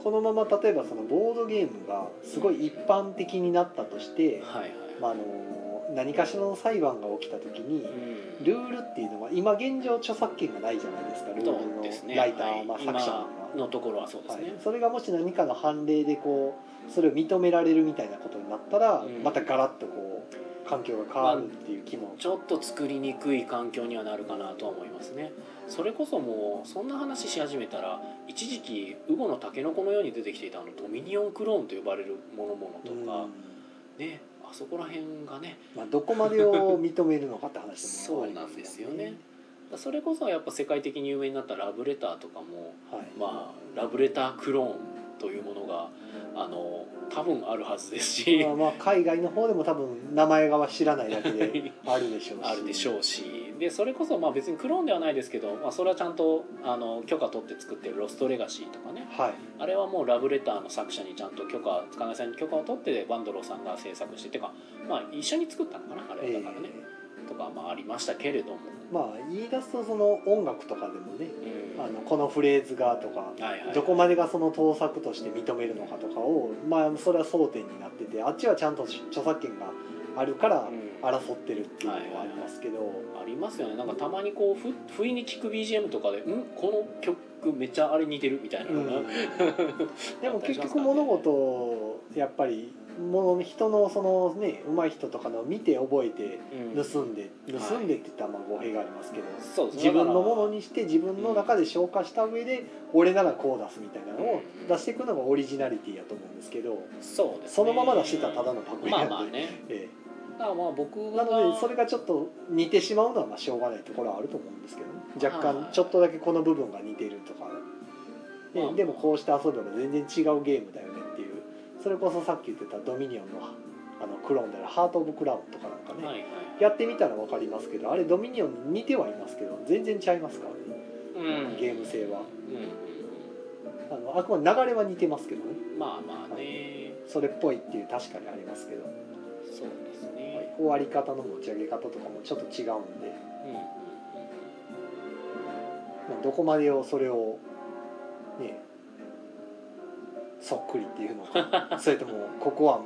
[SPEAKER 3] このまま例えばそのボードゲームがすごい一般的になったとして、
[SPEAKER 2] はいはい、
[SPEAKER 3] まあ、あの何かしらの裁判が起きた時に
[SPEAKER 2] うん
[SPEAKER 3] ルールっていうのは今現状著作権がないじゃないですかルール
[SPEAKER 2] そうですね
[SPEAKER 3] のライター、まあ、
[SPEAKER 2] はい
[SPEAKER 3] 作者は
[SPEAKER 2] 今のところはそうです
[SPEAKER 3] はい
[SPEAKER 2] ね、、
[SPEAKER 3] それがもし何かの判例でこうそれを認められるみたいなことになったら、
[SPEAKER 2] うん
[SPEAKER 3] またガラッとこう環境が変わるっていう気も、
[SPEAKER 2] ちょっと作りにくい環境にはなるかなとは思いますねそれこそもうそんな話し始めたら一時期ウゴのタケノコのように出てきていたあのドミニオンクローンと呼ばれるものものとか、ねあそこら辺がね
[SPEAKER 3] まあ、どこまでを認めるのかって話も
[SPEAKER 2] そ
[SPEAKER 3] あ
[SPEAKER 2] う
[SPEAKER 3] りま
[SPEAKER 2] な
[SPEAKER 3] す
[SPEAKER 2] ん
[SPEAKER 3] も
[SPEAKER 2] ですよね。それこそやっぱ世界的に有名になったラブレターとかも
[SPEAKER 3] はい、
[SPEAKER 2] まあラブレタークローンというものがあの多分あるはずですし
[SPEAKER 3] まあ、まあ海外の方でも多分名前がは知らないだけであるでしょうし
[SPEAKER 2] あるでしょうしでそれこそまあ別にクローンではないですけど、まあ、それはちゃんとあの許可取って作ってる「ロストレガシー」とかね
[SPEAKER 3] はい
[SPEAKER 2] あれはもうラブレターの作者にちゃんと許可塚根さんに許可を取ってバンドローさんが制作しててか、まあ、一緒に作ったのかなあれはだからね、
[SPEAKER 3] え
[SPEAKER 2] とかまあありましたけれども、
[SPEAKER 3] ーまあ言い出すとその音楽とかでもね
[SPEAKER 2] うん
[SPEAKER 3] あのこのフレーズがとか
[SPEAKER 2] はいはい
[SPEAKER 3] どこまでがその盗作として認めるのかとかをまあそれは争点になっててあっちはちゃんと著作権があるから
[SPEAKER 2] うん
[SPEAKER 3] 争ってるっていうのはありますけど、
[SPEAKER 2] ありますよねなんかたまにこうふ不意に聞く BGM とかで「んこの曲めっちゃあれ似てる」みたいなのが、
[SPEAKER 3] うん、でも結局物事をやっぱりもの人のそのね上手い人とかのを見て覚えて
[SPEAKER 2] うん
[SPEAKER 3] 盗んで
[SPEAKER 2] うん
[SPEAKER 3] 盗んでって言ったらまあ語弊がありますけど、
[SPEAKER 2] そうです
[SPEAKER 3] 自分のもの
[SPEAKER 2] に
[SPEAKER 3] にして自分の中で消化した上で俺ならこう出すみたいなのを出していくのがオリジナリティやと思うんですけど
[SPEAKER 2] そうですね、
[SPEAKER 3] そのまま出してたらただのパクリ
[SPEAKER 2] ま
[SPEAKER 3] な
[SPEAKER 2] あ
[SPEAKER 3] んで、
[SPEAKER 2] まあね
[SPEAKER 3] え
[SPEAKER 2] だからまあ僕
[SPEAKER 3] え
[SPEAKER 2] が
[SPEAKER 3] なのでそれがちょっと似てしまうのはまあしょうがないところはあると思うんですけど、ね、若
[SPEAKER 2] は
[SPEAKER 3] 干
[SPEAKER 2] い
[SPEAKER 3] ちょっとだけこの部分が似てるとか、ね
[SPEAKER 2] まあ
[SPEAKER 3] でもこうして遊べば全然違うゲームだよねっていうそれこそさっき言ってたドミニオンのあのクローンであるハート・オブ・クラウンとかなんかね、
[SPEAKER 2] はいはい
[SPEAKER 3] やってみたら分かりますけどあれドミニオンに似てはいますけど全然違いますからね
[SPEAKER 2] うん
[SPEAKER 3] ゲーム性は
[SPEAKER 2] うんうん
[SPEAKER 3] あのあくまで流れは似てますけどね
[SPEAKER 2] うんまあまあね
[SPEAKER 3] それっぽいっていう確かにありますけど、
[SPEAKER 2] そうですね、
[SPEAKER 3] 終わり方の持ち上げ方とかもちょっと違うんで、
[SPEAKER 2] うんうんうん
[SPEAKER 3] まあどこまでをそれをねそっくりっていうの かそれともここはもう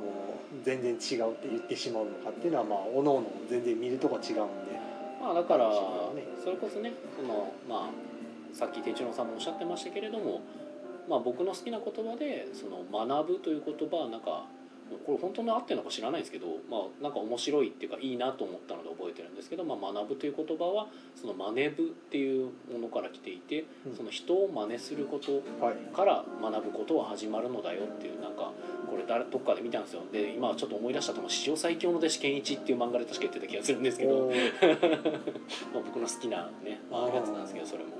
[SPEAKER 3] 全然違うって言ってしまうのかっていうのはまあおのおの全然見るとこ違うんで
[SPEAKER 2] まあだから
[SPEAKER 3] そうですね
[SPEAKER 2] それこそねそのまあさっき哲郎さんもおっしゃってましたけれども、まあ、僕の好きな言葉でその学ぶという言葉はなんかこれ本当に合ってるのか知らないんですけど、まあ、なんか面白いっていうかいいなと思ったので覚えてるんですけど、まあ、学ぶという言葉はその真似ぶっていうものから来ていて
[SPEAKER 3] うん
[SPEAKER 2] その人を真似すること
[SPEAKER 3] はい
[SPEAKER 2] から学ぶことは始まるのだよっていうなんかこれ誰どっかで見たんですよで今ちょっと思い出したとも「史上最強の弟子健一」っていう漫画で確か言ってた気がするんですけど
[SPEAKER 3] おー
[SPEAKER 2] まあ、僕の好きなね
[SPEAKER 3] あー
[SPEAKER 2] やつなんですけどそれも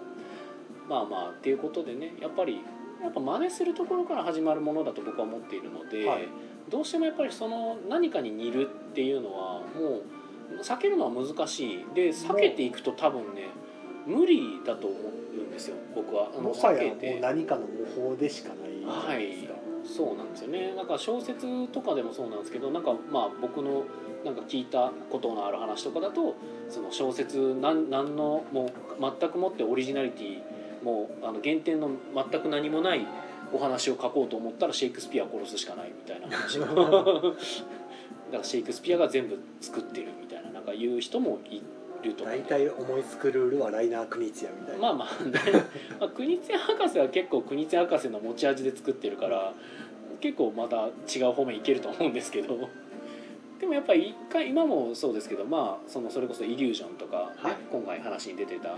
[SPEAKER 2] まあまあっていうことでねやっぱりやっぱ真似するところから始まるものだと僕は思っているので、
[SPEAKER 3] はい
[SPEAKER 2] どうしてもやっぱりその何かに似るっていうのはもう避けるのは難しいで避けていくと多分ね無理だと思うんですよ僕はあの
[SPEAKER 3] もは
[SPEAKER 2] 避
[SPEAKER 3] や
[SPEAKER 2] け
[SPEAKER 3] も
[SPEAKER 2] て
[SPEAKER 3] う何かの模倣でしかないじゃないですか、
[SPEAKER 2] そうなんですよねなんか小説とかでもそうなんですけどなんかまあ僕のなんか聞いたことのある話とかだとその小説なんなんのもう全くもってオリジナリティもうあの原点の全く何もないお話を書こうと思ったらシェイクスピアを殺すしかないみた いな話だからシェイクスピアが全部作ってるみたいななんか言う人もいると思う
[SPEAKER 3] 大体思いつくルールはライナー・クニツヤみたいな、
[SPEAKER 2] まあ まあね、まあ、国津屋博士は結構国津屋博士の持ち味で作ってるから結構また違う方面いけると思うんですけどでもやっぱり一回今もそうですけどまあそのそれこそ「イリュージョン」とかね、
[SPEAKER 3] はい
[SPEAKER 2] 今回話に出てた、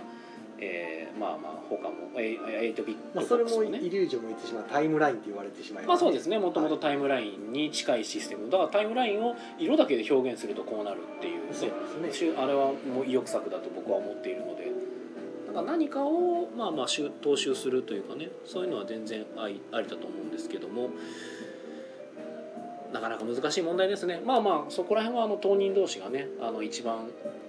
[SPEAKER 2] えーまあまあ他も「エイトビッ
[SPEAKER 3] まあ、
[SPEAKER 2] ト
[SPEAKER 3] それもイ
[SPEAKER 2] ね
[SPEAKER 3] リュージョンも言ってしまうタイムラインって言われてしまい
[SPEAKER 2] まあ
[SPEAKER 3] す
[SPEAKER 2] そうですねもともとタイムラインに近いシステムだからタイムラインを色だけで表現するとこうなるっていうね
[SPEAKER 3] そうです
[SPEAKER 2] し
[SPEAKER 3] ね
[SPEAKER 2] ゅあれはもう意欲作だと僕は思っているのでなんか何かをまあまあしゅ踏襲するというかねそういうのは全然ありありだと思うんですけどもなかなか難しい問題ですねまあまあそこら辺はあの当人同士がねあの一番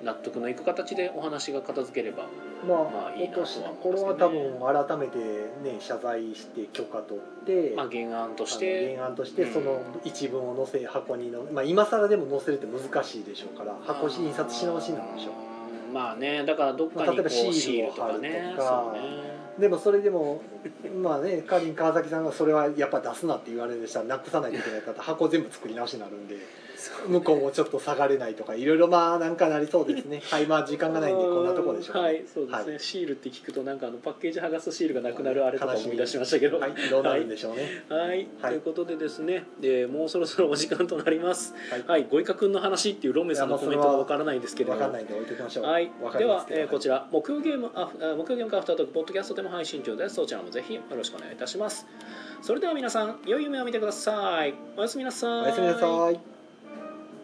[SPEAKER 2] 納得のいく形でお話が片付ければ
[SPEAKER 3] まあ、
[SPEAKER 2] まあいいな
[SPEAKER 3] 落
[SPEAKER 2] と
[SPEAKER 3] と
[SPEAKER 2] は
[SPEAKER 3] した
[SPEAKER 2] 思います
[SPEAKER 3] 頃
[SPEAKER 2] ね
[SPEAKER 3] は多分改めてね謝罪して許可取って、
[SPEAKER 2] まあ原案として
[SPEAKER 3] あの原案としてその一文を載せ箱にの、まあ、今更でも載せるって難しいでしょうから箱印刷し直しなんでしょう
[SPEAKER 2] うまあねだからどっかに
[SPEAKER 3] まあ例え
[SPEAKER 2] こ
[SPEAKER 3] ば
[SPEAKER 2] うシ
[SPEAKER 3] シ
[SPEAKER 2] ー
[SPEAKER 3] ー
[SPEAKER 2] ル
[SPEAKER 3] ル
[SPEAKER 2] と
[SPEAKER 3] を
[SPEAKER 2] かね
[SPEAKER 3] 貼ると
[SPEAKER 2] そ
[SPEAKER 3] か
[SPEAKER 2] うね
[SPEAKER 3] でもそれでもまあね仮に川崎さんがそれはやっぱ出すなって言われるでしたらなくさないといけないから箱全部作り直しになるんで向こうもちょっと下がれないとかいろいろまあなんかなりそうです ねはいまあ時間がないんでこんなとこでしょうか
[SPEAKER 2] はいそうですね、
[SPEAKER 3] はい
[SPEAKER 2] シールって聞くとなんかあのパッケージ剥がすシールがなくなるあれとか思い出しましたけど
[SPEAKER 3] は
[SPEAKER 2] はい、
[SPEAKER 3] いどうなるんでしょうねはい
[SPEAKER 2] ということでですね、えーもうそろそろお時間となります
[SPEAKER 3] はい
[SPEAKER 2] はいごいかくんの話っていうロメさんのコメントがわからないんですけれど
[SPEAKER 3] わ
[SPEAKER 2] も
[SPEAKER 3] かんないんで置いておきましょう
[SPEAKER 2] はい
[SPEAKER 3] わ、か
[SPEAKER 2] で
[SPEAKER 3] りま
[SPEAKER 2] は
[SPEAKER 3] す、けど
[SPEAKER 2] えーこちら木曜ゲームアフあ木曜ゲームカフタートークポッドキャストでも配信中ですそちらもぜひよろしくお願いいたしますそれでは皆さん良い夢を見てくださいおやすみなさい
[SPEAKER 3] おやすみなさい